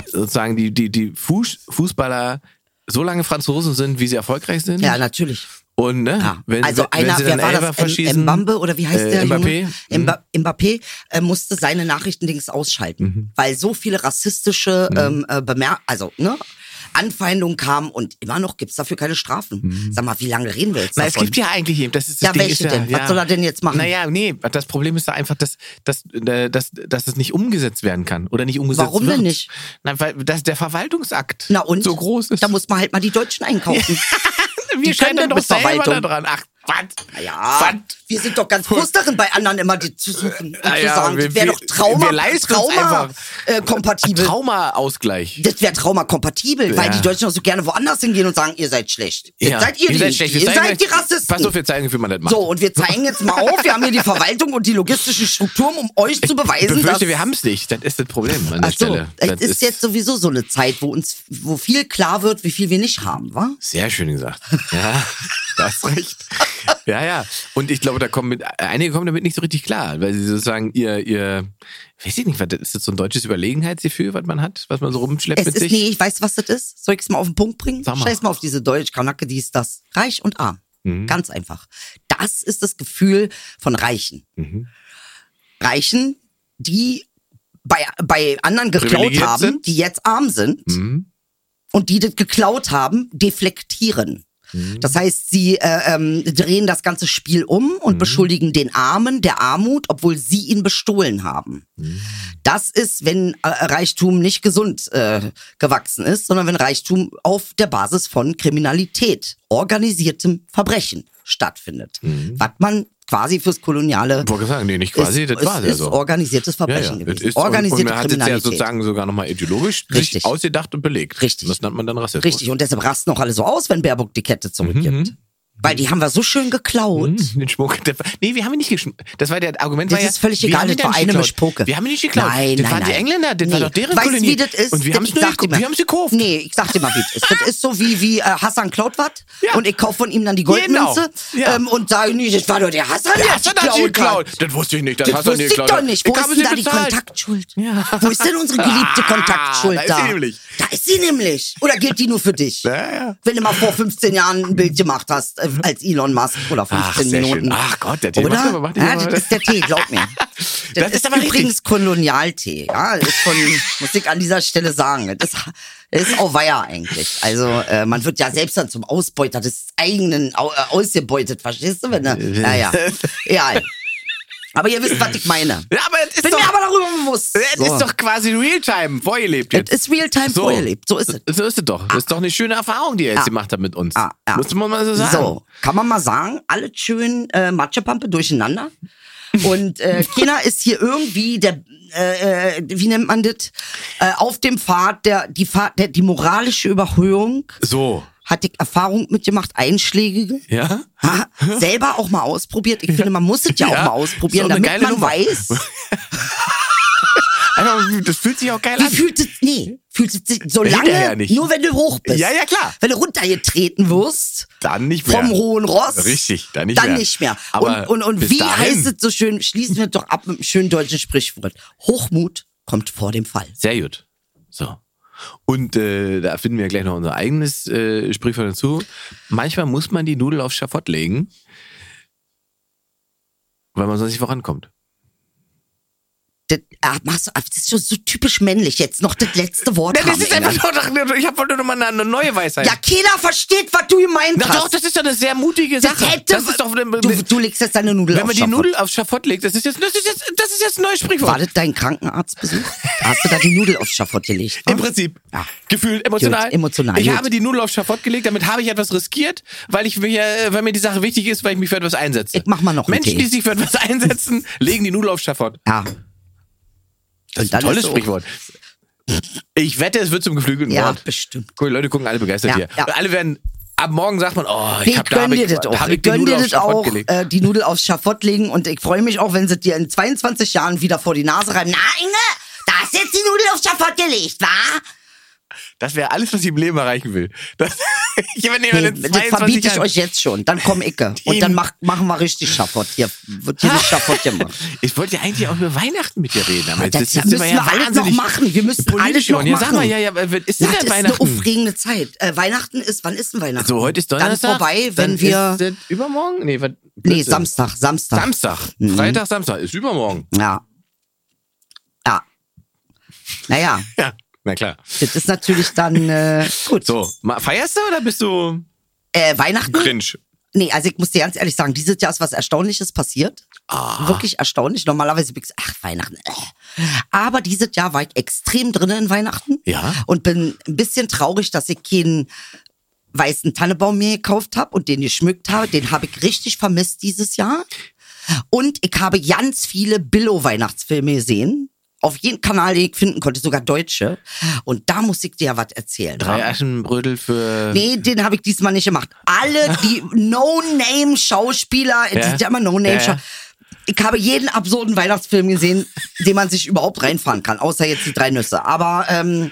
sozusagen die, die, die Fuß, Fußballer so lange Franzosen sind, wie sie erfolgreich sind. ja, natürlich. Und ne, Ja. wenn, also wenn einer, sie wer dann war Elfer das? verschießen. M- Mbambe oder wie heißt äh, der Mbappé? Junge? Mba Mbappé äh, musste seine Nachrichtendings ausschalten, Mhm. weil so viele rassistische ähm, äh, Bemer also ne Anfeindungen kamen und immer noch gibt's dafür keine Strafen. Sag mal, wie lange reden wir jetzt Na, Mhm. es davon? gibt ja eigentlich eben, das ist das Ja, Ding welche ist ja, denn? Was Ja. soll er denn jetzt machen? Naja, nee, das Problem ist da einfach, dass, dass, äh, dass, dass es nicht umgesetzt werden kann oder nicht umgesetzt Warum wird. denn nicht? Na, weil dass der Verwaltungsakt Na und? so groß ist. Da muss man halt mal die Deutschen einkaufen. [LAUGHS] Wir die können scheitern doch mit selber Verwaltung. da dran. Ach, was? Ja, wir sind doch ganz groß darin, bei anderen immer die zu suchen und Ah zu ja, sagen, wir- das wäre wir- doch Trauma, wir leisten uns Trauma einfach. äh, kompatibel. Trauma-Ausgleich. das wäre traumakompatibel, weil Ja. die Deutschen auch so gerne woanders hingehen und sagen, ihr seid schlecht. Jetzt Ja. seid ihr, die, seid schlecht. Wir ihr zeigen seid die euch- Pass auf, Rassisten. wir zeigen, wie man das macht. So, und wir zeigen jetzt mal auf, wir haben hier die Verwaltung und die logistischen Strukturen, um euch zu ich beweisen, dass... befürchte, wir haben es nicht. Das ist das Problem an der Ach so, Stelle. es Das ist, jetzt sowieso so eine Zeit, wo uns, wo viel klar wird, wie viel wir nicht haben, wa? Sehr schön gesagt. Ja, da hast recht. Ja, ja. Und ich glaube, da kommen mit, einige kommen damit nicht so richtig klar, weil sie sozusagen ihr, ihr, weiß ich nicht, was, das- ist das so ein deutsches Überlegenheitsgefühl, was man hat, was man so rumschleppt Es mit ist, sich? nee, ich weiß, was das ist. Soll ich es mal auf den Punkt bringen? Sag mal. Mhm. Scheiß mal auf diese Deutsch, Kanacke, dies, das. Reich und arm. Ganz einfach. Das ist das Gefühl von Reichen. Mhm. Reichen, die bei, bei anderen geklaut Privilegiert haben, sind? die jetzt arm sind Mhm. und die das geklaut haben, deflektieren. Das heißt, sie äh, ähm, drehen das ganze Spiel um Mhm. und beschuldigen den Armen der Armut, obwohl sie ihn bestohlen haben. Mhm. Das ist, wenn äh, Reichtum nicht gesund äh, gewachsen ist, sondern wenn Reichtum auf der Basis von Kriminalität, organisiertem Verbrechen stattfindet. Was man quasi fürs koloniale. Mhm. Wollte sagen, nee, nicht quasi, ist, das war ist, ja ist so. organisiertes Ja, Verbrechen ja, das gewesen. ist, Organisierte und, und man hat es ja Kriminalität. sozusagen sogar nochmal ideologisch sich Richtig. ausgedacht und belegt. Richtig. Das nennt man dann Rassismus. Richtig, und deshalb rasten auch alle so aus, wenn Baerbock die Kette Mhm, zurückgibt. Weil die haben wir so schön geklaut. Hm, Den Schmuck. Der, nee, wir haben ihn nicht geschmuckt. Das war der Argument. Mhm. Das war ja, ist völlig wir egal, haben ihn ja das war nicht eine geklaut. Mischpoke. Wir haben ihn nicht geklaut. Nein, das nein, waren die nein. Engländer, das war Nee. doch deren weißt, Kolonie. Wie das ist? Und wir Das- haben es ich nur sag dir gekauft. mal. Wir haben sie gekauft. Nee, ich sag dir mal, wie das ist. Das ist so wie, wie äh, Hassan klaut was Ja. und ich kaufe von ihm dann die Goldmünze Genau. Ja. ähm, und sage, nee, das war doch der Hassan, der, Das hat die hat er geklaut. geklaut. Das wusste ich nicht. Das, Das hat er wusste nicht ich geklaut. doch nicht. Wo Ich ist habe denn es da die nicht bezahlt. Kontaktschuld? Wo ist denn [LAUGHS] unsere geliebte Ah, Kontaktschuld da da? ist sie nämlich. Da ist sie nämlich. Oder gilt die nur für dich? Ja, ja. Wenn du mal vor 15 Jahren ein Bild gemacht hast, äh, als Elon Musk oder 15 Mhm. Ach, sehr Minuten. schön. Ach Gott, der Tee macht Oder? aber- macht die ja, aber- das ist der Tee, [LAUGHS] glaub mir. Das, Das ist, ist aber richtig. übrigens Kolonialtee. Ja, das ist von, muss ich an dieser Stelle sagen. Das, ist- das ist auch weier eigentlich. Also, äh, man wird ja selbst dann zum Ausbeuter des eigenen Au- äh, ausgebeutet. Verstehst du? [LAUGHS] Wenn du, naja. Ja. Aber ihr wisst, was ich meine. Ja, aber es ist Bin doch, mir aber darüber bewusst. es So. ist doch quasi Realtime vorgelebt Es jetzt. ist Realtime So. vorgelebt. So ist es. So ist es doch. Das ist doch eine schöne Erfahrung, die er jetzt gemacht hat mit uns. Ah, ja. Muss man mal so sagen. So, kann man mal sagen, alles schön äh, Matschepampe durcheinander. [LAUGHS] Und äh, keiner ist hier irgendwie der, äh, äh, wie nennt man das, äh, auf dem Pfad, der, die, Pfad der, die moralische Überhöhung, So. hatte ich Erfahrung mitgemacht, einschlägige. [LAUGHS] Ja? Ha, selber auch mal ausprobiert. Ich finde, man muss es ja, Ja. auch mal ausprobieren, Ist auch eine damit geile man Nummer. weiß, [LAUGHS] Einfach, das fühlt sich auch geil wie an. fühlt es, nee, fühlt es sich so lange, Hinterher nicht. nur wenn du hoch bist. Ja, ja, klar. Wenn du runtergetreten wirst, Dann nicht mehr. vom hohen Ross. Richtig, dann nicht mehr. Aber und und, und bis wie dahin- heißt es so schön? Schließen wir doch ab mit einem schönen deutschen Sprichwort. Hochmut kommt vor dem Fall. Sehr gut. So. Und äh, da finden wir gleich noch unser eigenes äh, Sprichwort dazu. Manchmal muss man die Nudel aufs Schafott legen, weil man sonst nicht vorankommt. Das, ah, machst du, ah, das ist schon so typisch männlich jetzt. Noch das letzte Wort. haben, ey. doch, ich wollte nur mal eine neue Weisheit. ja, keiner versteht, was du gemeint Na hast. doch, das ist doch eine sehr mutige Das Sache. hätte, das ist doch, eine- du, du legst jetzt deine Nudel wenn auf man die Schafott. Nudel aufs Schafott legt, das ist jetzt, das ist jetzt, das ist jetzt ein neues Sprichwort. War das dein Krankenarztbesuch? Hast du da die Nudel auf Schafott gelegt? wa? Im Prinzip. Hm? Ja. Gefühlt, emotional. Gut, emotional, Ich gut. habe die Nudel auf Schafott gelegt, damit habe ich etwas riskiert, weil ich mir, äh, weil mir die Sache wichtig ist, weil ich mich für etwas einsetze. Ich mach mal noch einen Menschen, Tee. die sich für etwas [LAUGHS] einsetzen, legen die Nudel auf Schafott. Ja. Das Und dann tolles ist so- Sprichwort. Ich wette, es wird zum geflügelten Ja, Wort. bestimmt. Cool, Leute gucken alle begeistert Ja, hier. ja. Und alle werden, ab morgen sagt man, oh, ich Ich hab da hab gönn dir das da auch. hab Ich ich die gönn Nudel dir auf das Schafott auch, gelegt. äh, die Nudel aufs Schafott legen. Und ich freue mich auch, wenn sie dir in 22 Jahren wieder vor die Nase reiben. Na, Inge, da hast jetzt die Nudel aufs Schafott gelegt, wa? Das wäre alles, was ich im Leben erreichen will. Das, [LAUGHS] ich werde Nee, nee, das verbiete ich euch jetzt schon. Dann komm Icke. Und dann mach, machen wir richtig Schafott. Hier [LAUGHS] wird hier nicht Schafott gemacht. Ich wollte ja eigentlich auch über Weihnachten mit dir reden. Aber Aber das jetzt sind müssen wir wir ja alles noch wahnsinnig machen. Wir müssen politisch alles noch geworden. Ja, sag mal, machen. ja, ja, aber ist Ja, denn das denn ist eine Weihnachten? aufregende Zeit. Äh, Weihnachten ist, wann ist denn Weihnachten? So, heute ist Donnerstag. Dann vorbei, dann wenn wir. Ist das übermorgen? Nee, was, Nee, Blödsinn. Samstag, Mhm. Samstag. Samstag. Freitag, Samstag. Ist übermorgen. Ja. Ja. Naja, Ja, na klar. das ist natürlich dann äh, gut. So, ma- feierst du oder bist du Äh, Weihnachten? cringe? Nee, also ich muss dir ganz ehrlich sagen, dieses Jahr ist was Erstaunliches passiert. Ah. Wirklich erstaunlich. Normalerweise bin ich so, ach, Weihnachten. Äh. Aber dieses Jahr war ich extrem drin in Weihnachten. Ja. Und bin ein bisschen traurig, dass ich keinen weißen Tannebaum mir gekauft habe und den geschmückt habe. Den habe ich richtig vermisst dieses Jahr. Und ich habe ganz viele Billo-Weihnachtsfilme gesehen. Auf jeden Kanal, den ich finden konnte, sogar deutsche. Und da muss ich dir ja was erzählen. Drei Aschenbrödel für. Nee, den habe ich diesmal nicht gemacht. Alle die No-Name-Schauspieler, Ja. das sind ja immer No-Name-Schauspieler. Ja, ja. Ich habe jeden absurden Weihnachtsfilm gesehen, den man sich überhaupt reinfahren kann, außer jetzt die drei Nüsse. Aber ähm,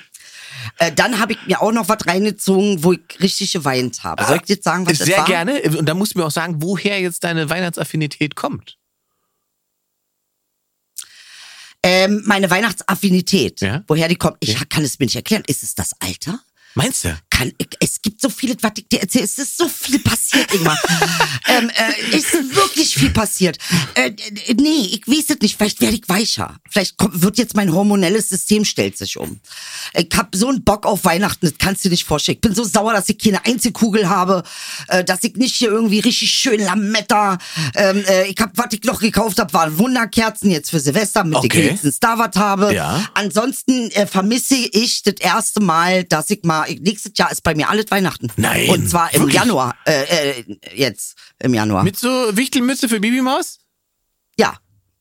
äh, dann habe ich mir auch noch was reingezogen, wo ich richtig geweint habe. Soll ich dir jetzt sagen, was das Sehr war? gerne. Und da musst du mir auch sagen, woher jetzt deine Weihnachtsaffinität kommt. Ähm, meine Weihnachtsaffinität, Ja. woher die kommt, ich kann es mir nicht erklären. Ist es das Alter? Meinst du? kann, ich, es gibt so viele, was ich dir erzähle, es ist so viel passiert, Ingmar. ähm, äh, ist wirklich viel passiert. Äh, d- nee, ich weiß es nicht, vielleicht werde ich weicher. Vielleicht kommt, wird jetzt mein hormonelles System stellt sich um. Ich hab so einen Bock auf Weihnachten, das kannst du dir nicht vorstellen. Ich bin so sauer, dass ich keine Einzelkugel habe, äh, dass ich nicht hier irgendwie richtig schön Lametta, ähm, äh, ich hab, was ich noch gekauft habe, waren Wunderkerzen jetzt für Silvester, mit Okay. denen ich wenigstens da was habe. Ja. Ansonsten äh, vermisse ich das erste Mal, dass ich mal, ich- nächstes Jahr Jahr ist bei mir alles Weihnachten. Nein, Und zwar im wirklich? Januar. Äh, äh, jetzt, im Januar. Mit so Wichtelmütze für Bibimaus? ja.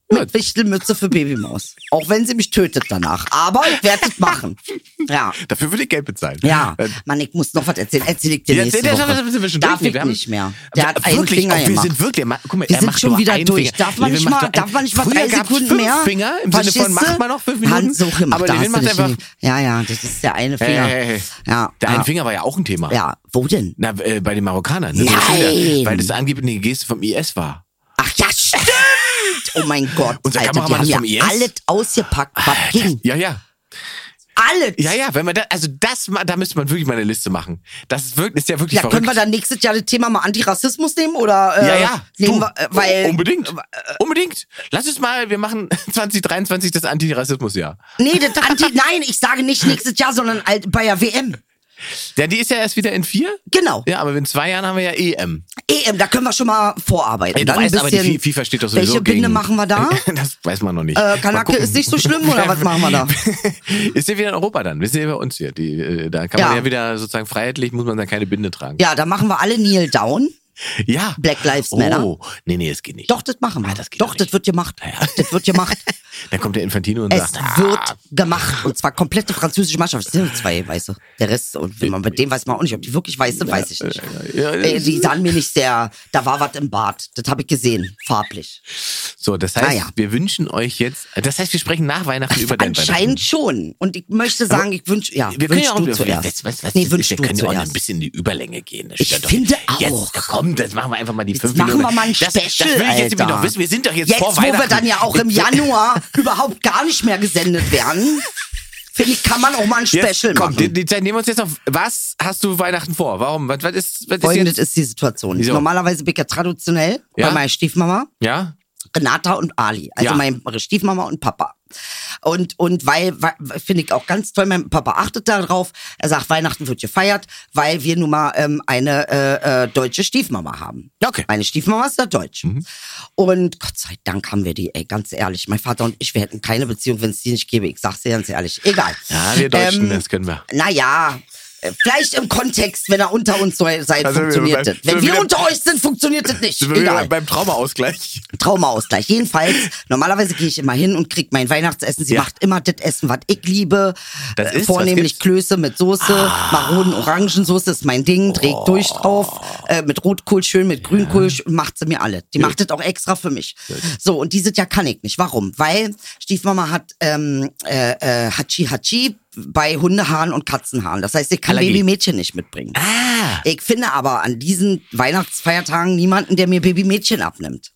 Mit Wichtelmütze für Babymaus. Auch wenn sie mich tötet danach. Aber ich werde es machen. [LAUGHS] Ja. Dafür würde ich Geld bezahlen. Ja, Äh, Mann, ich muss noch was erzählen. Erzähl ich dir Ja, nächste der- der- Woche. der- sind wir schon Darf durch, ne? ich Wir haben- nicht mehr. Der hat einen wirklich, Finger oh, wir gemacht. sind wirklich. er ma- Guck mal, wir er sind macht schon nur wieder einen durch. Finger. Darf man Levin nicht macht mal, nur darf einen- man nicht mal Früher drei gab's Sekunden fünf mehr? Finger im Sinne von Verstehst macht du? man noch fünf Minuten. Hans, so gemacht, Aber da Levin hast du macht dich einfach. nicht. Ja, ja, das ist der eine Hey, Finger. hey, hey. Ja, Der ja. ein Finger war ja auch ein Thema. Ah. ja, wo denn? Na, äh, bei den Marokkanern. ne? Nein! Weil das angeblich eine Geste vom IS war. Ach ja, stimmt! Oh mein Gott, Unser Alter, die Kameramann haben ist ja vom IS? alles ausgepackt, was ging. Ja, ja. Alles! Ja, ja, wenn man da, also das, ma- da müsste man wirklich mal eine Liste machen. Das ist, wirklich, ist ja wirklich Ja, verrückt. können wir dann nächstes Jahr das Thema mal Antirassismus nehmen? Oder, äh, ja, ja. Nehmen Du, oh, wir, äh, weil, unbedingt. unbedingt. Lass es mal, wir machen [LAUGHS] 2023 das Antirassismusjahr. Nee, das Anti, [LAUGHS] nein, ich sage nicht nächstes Jahr, sondern alt- bei der WM. Ja, die ist ja erst wieder in vier. Genau. Ja, aber in zwei Jahren haben wir ja EM. EM, E da können wir schon mal vorarbeiten. Ey, du Dann ein weißt aber, die bisschen- Fi- FIFA steht doch sowieso Welche Binde gegen- machen wir da? [LAUGHS] Das weiß man noch nicht. Äh, Mal Kanake gucken. ist nicht so schlimm oder was machen [LAUGHS] wir da? ist ja wieder in Europa dann. Wir sind ja bei uns hier. Die, äh, da kann man Ja. ja wieder sozusagen freiheitlich, muss man dann keine Binde tragen. Ja, da machen wir alle Kneel Down. Ja. Black Lives Matter. Oh, nee, nee, es geht nicht. Doch, das machen wir. Ah, das geht doch, doch das nicht. wird gemacht. [LAUGHS] Ja. Das wird gemacht. Dann kommt der Infantino und es sagt, ah, wird gemacht. Und zwar komplette französische Mannschaft. Es sind nur zwei Weiße. Der Rest, und wenn man mit dem weiß man auch nicht, ob die wirklich weiß sind, weiß ich nicht. ja, ja. Äh, die sahen mir nicht sehr, da war was im Bart. Das habe ich gesehen, farblich. So, das heißt, Ah, ja. wir wünschen euch jetzt, das heißt, wir sprechen nach Weihnachten über dein Anscheinend schon. Und ich möchte sagen, ich wünsche, ja, Weihnachten. Wir können wünsch ja auch du wir- zuerst. Was, was, was, nee, das ist, wünsch du wir können ja auch ein zuerst. bisschen in die Überlänge gehen. Das Ich stört doch- finde auch. Jetzt, komm, das machen wir einfach mal die fünf machen Minuten. wir mal ein das, das will Special, ich jetzt nämlich Alter. noch wissen. Wir sind doch jetzt, Jetzt, vor wo Weihnachten. wir dann ja auch im Januar [LAUGHS] überhaupt gar nicht mehr gesendet werden, finde ich, kann man auch mal ein Special Jetzt, komm, machen. die, die Zeit nehmen wir uns jetzt auf. Was hast du Weihnachten vor? Warum? Was, was ist, was ist Folgendes jetzt? ist die Situation. Wieso? Normalerweise bin ich ja traditionell Ja? bei meiner Stiefmama, Ja? Renata und Ali. Also Ja. meine Stiefmama und Papa. Und, und weil, weil finde ich auch ganz toll, mein Papa achtet darauf. Er sagt, Weihnachten wird gefeiert, weil wir nun mal ähm, eine äh, äh, deutsche Stiefmama haben. Ja, okay. Mhm. Meine Stiefmama ist ja deutsch. Und Gott sei Dank haben wir die, ey, ganz ehrlich. Mein Vater und ich, wir hätten keine Beziehung, wenn es die nicht gäbe. Ich sag's dir ganz ehrlich. Egal. Ja, wir Deutschen, das können wir. Naja, äh, vielleicht im Kontext, wenn er unter uns so seid, Also, funktioniert wir- das. Wenn wir- wir wir- unter euch sind, funktioniert das nicht. Sind wir wieder Egal. beim Traumaausgleich? Traumaausgleich. Jedenfalls, normalerweise gehe ich immer hin und krieg mein Weihnachtsessen. Sie Ja. macht immer das Essen, was ich liebe. Das Äh, ist, was Vornehmlich gibt's? Ah. Klöße mit Soße, Maronen, Orangensoße ist mein Ding, Oh. trägt durch drauf. Äh, mit Rotkohl schön, mit Grünkohl sch- macht sie mir alle. Die macht das auch extra für mich. So, und dieses Jahr kann ich nicht. Warum? Weil Stiefmama hat ähm, äh, äh, Hachi Hachi bei Hundehaaren und Katzenhaaren. Das heißt, ich kann Allergie. Babymädchen nicht mitbringen. Ah. Ich finde aber an diesen Weihnachtsfeiertagen niemanden, der mir Babymädchen abnimmt.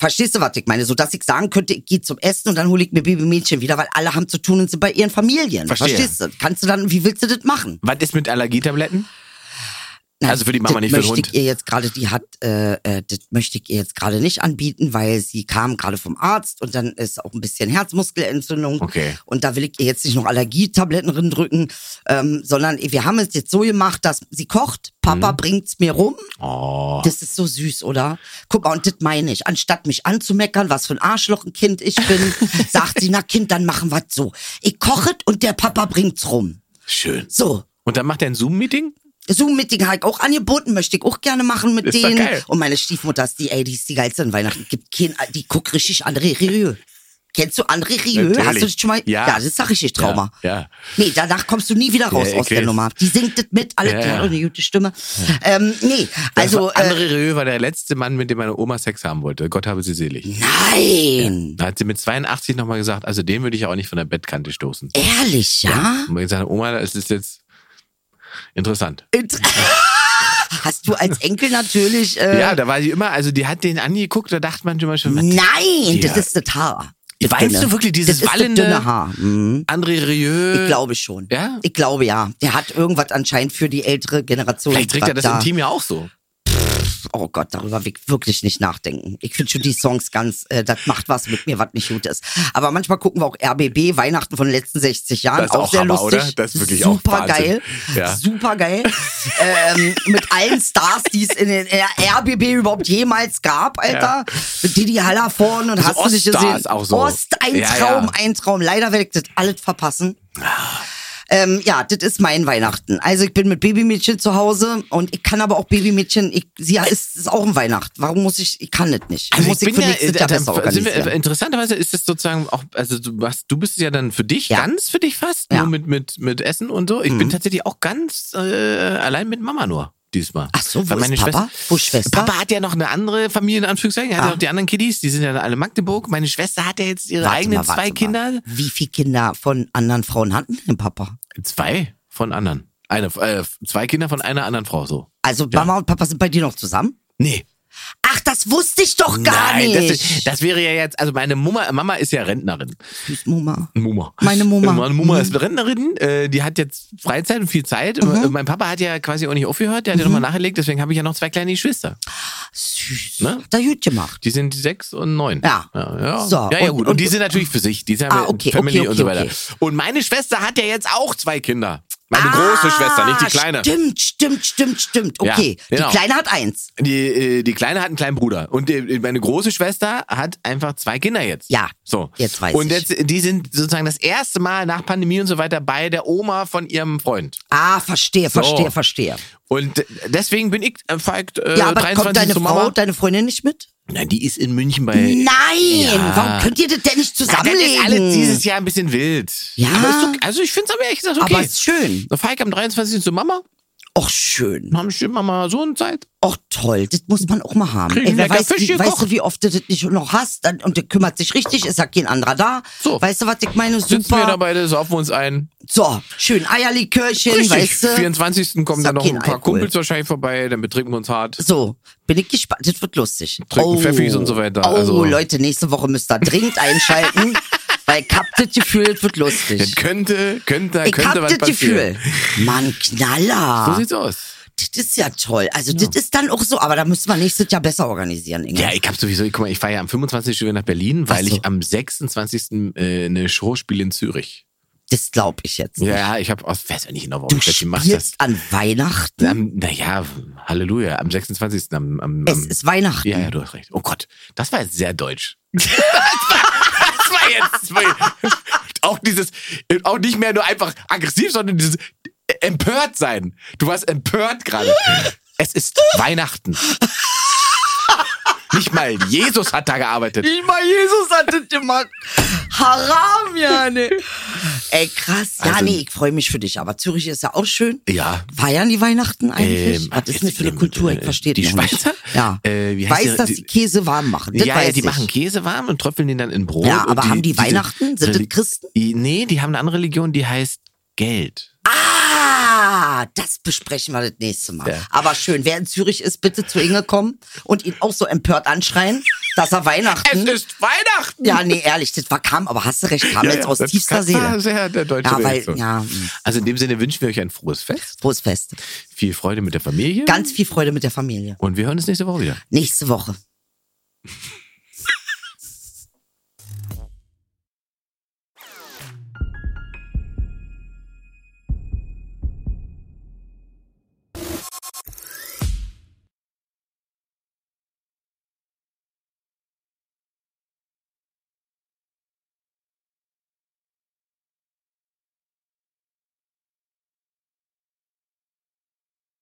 Verstehst du, was ich meine? So dass ich sagen könnte, ich gehe zum Essen und dann hole ich mir Babymädchen wieder, weil alle haben zu tun und sind bei ihren Familien. Verstehe. Verstehst du? Kannst du dann, wie willst du das machen? Was ist mit Allergietabletten? Also für die Mama das nicht, für den möchte Hund. ich ihr jetzt gerade, die hat, äh, äh, das möchte ich ihr jetzt gerade nicht anbieten, weil sie kam gerade vom Arzt und dann ist auch ein bisschen Herzmuskelentzündung. Okay. Und da will ich ihr jetzt nicht noch Allergietabletten rindrücken, ähm, sondern wir haben es jetzt so gemacht, dass sie kocht, Papa bringt's mir rum. Mhm. Oh. Das ist so süß, oder? Guck mal, und das meine ich. Anstatt mich anzumeckern, was für ein Arschloch ein Kind ich [LAUGHS] bin, sagt sie, na Kind, dann machen wir so. Ich koche und der Papa bringt's rum. Schön. So. Und dann macht er ein Zoom-Meeting? Zoom-Meeting halt auch angeboten, möchte ich auch gerne machen mit Ist doch denen. geil. Und meine Stiefmutter ist die, ey, die ist die geilste an Weihnachten. Gibt kein, die guckt richtig André Rieu. Kennst du André Rieu? Natürlich. Hast du das schon mal? Ja. das ist doch richtig Trauma. Ja, ja. Nee, danach kommst du nie wieder raus Ja, ich aus der weiß. Nummer. Die singt das mit, alle Ja, ja. klar, oh, eine gute Stimme. Ähm, nee, also, das war, äh, André Rieu war der letzte Mann, mit dem meine Oma Sex haben wollte. Gott habe sie selig. äh, nein. Da hat sie mit 82 nochmal gesagt, also den würde ich auch nicht von der Bettkante stoßen. Ehrlich, ja? Und ich sagte, Oma, das ist jetzt interessant. Int- [LAUGHS] Hast du als Enkel natürlich. Äh, ja, da war sie immer, also die hat den angeguckt, da dachte man immer schon, was- Nein, Ja. das ist das Haar. Das Weißt du wirklich dieses das ist wallende- Das dünne Haar. Mhm. André Rieu. Ich glaube schon. Äh, Ja? Ich glaube ja. Der hat irgendwas anscheinend für die ältere Generation. Vielleicht trägt er was das im Team ja auch so. Oh Gott, darüber will ich wirklich nicht nachdenken. Ich finde schon die Songs ganz, äh, das macht was mit mir, was nicht gut ist. Aber manchmal gucken wir auch RBB, Weihnachten von den letzten 60 Jahren. Das ist auch sehr Hammer, lustig. oder? Das ist wirklich auch Super geil. Wahnsinn. Ja. [LAUGHS] Super geil. ähm, mit allen Stars, die es in den RBB überhaupt jemals gab, Alter. Mit Didi Haller vorne und hast du nicht Also Oststars gesehen. auch so. Ost, ein Ja, Traum, ja. ein Traum. Leider werde ich das alles verpassen. Ähm, ja, das ist mein Weihnachten. Also ich bin mit Babymädchen zu Hause und ich kann aber auch Babymädchen, ich, sie ist, ist auch ein Weihnachten. Warum muss ich, ich kann das Also nicht. muss ich für nächstes Jahr besser da, sind wir, organisieren. äh, interessanterweise ist es sozusagen auch, also du, hast, du bist ja dann für dich, Ja. ganz für dich fast, Ja. Mhm. nur mit, mit, mit Essen und so. Ich bin tatsächlich auch ganz äh, allein mit Mama nur diesmal. Ach so, wo Weil ist Papa? Wo ist Schwester? Papa hat ja noch eine andere Familie in Anführungszeichen, er hat Ah. ja auch die anderen Kiddies, die sind ja alle in Magdeburg. Meine Schwester hat ja jetzt ihre Warte eigenen mal, warte zwei mal. Kinder. Wie viele Kinder von anderen Frauen hatten denn Papa? Zwei von anderen. Eine, äh, zwei Kinder von einer anderen Frau so. Also Mama und Papa sind bei dir noch zusammen? Nee, Ach, das wusste ich doch gar Nein, nicht. Das, das wäre ja jetzt, also meine Mama, Mama ist ja Rentnerin. Tschüss, Mama. Mama. [LAUGHS] Meine Mama. Meine Mama Mhm. ist eine Rentnerin, äh, die hat jetzt Freizeit und viel Zeit. Äh, Mein Papa hat ja quasi auch nicht aufgehört, der hat ja Mhm. nochmal nachgelegt, deswegen habe ich ja noch zwei kleine Geschwister. Süß. Ne? Da gut gemacht. Die sind sechs und neun. Ja. Ja, ja. So, ja, ja und- gut. Und, und- die sind natürlich für sich. Die sind Ah, ja okay, Family okay, und so okay, weiter. okay. Ah, Und meine Schwester hat ja jetzt auch zwei Kinder. Meine große Schwester, nicht die kleine. Stimmt, stimmt, stimmt, stimmt. Ja, Okay, genau. die kleine hat eins. Die, äh, die Kleine hat einen kleinen Bruder. Und äh, meine große Schwester hat einfach zwei Kinder jetzt. Ja, So. jetzt weiß Und ich. jetzt, äh, die sind sozusagen das erste Mal nach Pandemie und so weiter bei der Oma von ihrem Freund. Ah, verstehe, verstehe, So. verstehe. Und äh, deswegen bin ich, äh, Falk, äh, Ja, aber 23 kommt deine zu Frau, Hm, Mama. deine Freundin nicht mit? Nein, die ist in München bei. Nein, Ja. warum könnt ihr das denn nicht Na, das zusammenlegen? ist alles dieses Jahr ein bisschen wild. Ja. Aber ist okay. also ich finde es aber ehrlich gesagt okay. Aber es ist schön. Na, Falk am 23. zu Mama. Och, schön. Dann haben schön Mama so eine Zeit. Och, toll. Das muss man auch mal haben. Kriegen wer lecker weiß, Fisch wie, gekocht. weißt du, wie oft du das nicht noch hast? Dann- Und der kümmert sich richtig, ist ja kein anderer da. So. Weißt du, was ich meine? Sitzen wir Super. dabei, saufen uns ein. So, schön. Eierlikörchen, Richtig. weißt du? 24. kommen Sag dann noch kein ein paar Alkohol. Kumpels wahrscheinlich vorbei, dann betrinken wir uns hart. So, bin ich gespannt. Das wird lustig. Trinken Pfeffis und so weiter, Oh, also- Leute, nächste Woche müsst ihr dringend [LAUGHS] einschalten, weil ich hab das Gefühl, das wird Das lustig. könnte, könnte, Ich könnte hab was das passieren. Gefühl. Ah. Mann, So Knaller. sieht's aus. das ist ja toll. Also, das ist dann auch so, aber da müssen wir nächstes Jahr besser organisieren, Inge. Ja, ich hab sowieso, guck mal, ich fahre ja am 25. wieder nach Berlin, weil Ach so. ich am 26. äh, eine Show spiele in Zürich. Das glaube ich jetzt. Ja, ja, ich habe, ich weiß ja nicht genau, warum Du ich das gemacht habe. spielst an Weihnachten. Am- Naja, Halleluja, am 26. am, am, am Es ist Weihnachten. Ja, ja, du hast recht. Oh Gott, das war jetzt sehr deutsch. [LAUGHS] das, war, das war jetzt das war, auch dieses, auch nicht mehr nur einfach aggressiv, sondern dieses empört sein. Du warst empört gerade. Es ist Weihnachten. Nicht mal Jesus hat da [LAUGHS] gearbeitet. Nicht mal Jesus hat das gemacht. Haram, ja, ne. Ey, krass. Ja, Also- nee, ich freue mich für dich. Aber Zürich ist ja auch schön. Ja. Feiern die Weihnachten eigentlich? Ähm, Was ist denn das für eine jetzt- Kultur? Ich äh, verstehe die das noch Schweizer? nicht. Ja. Äh, wie heißt weiß, die- dass die- die Käse warm machen. Das ja, weiß ja, die ich. machen Käse warm und tröpfeln den dann in Brot. Ja, und aber haben die Weihnachten? Sind das Reli- Christen? Die- Nee, die haben eine andere Religion, die heißt Geld. Ah, das besprechen wir das nächste Mal. Ja. Aber schön. Wer in Zürich ist, bitte zu Inge kommen und ihn auch so empört anschreien, dass er Weihnachten. ist Weihnachten! Hm? Ja, nee, ehrlich, das war kam, aber hast du recht, kam jetzt aus das tiefster das war Seele. Sehr der deutsche Ja, weil, Reaktion. ja, Also in dem Sinne wünschen wir euch ein frohes Fest, frohes Fest. viel Freude mit der Familie Ganz viel Freude mit der Familie. und wir hören uns nächste Woche wieder. Nächste Woche.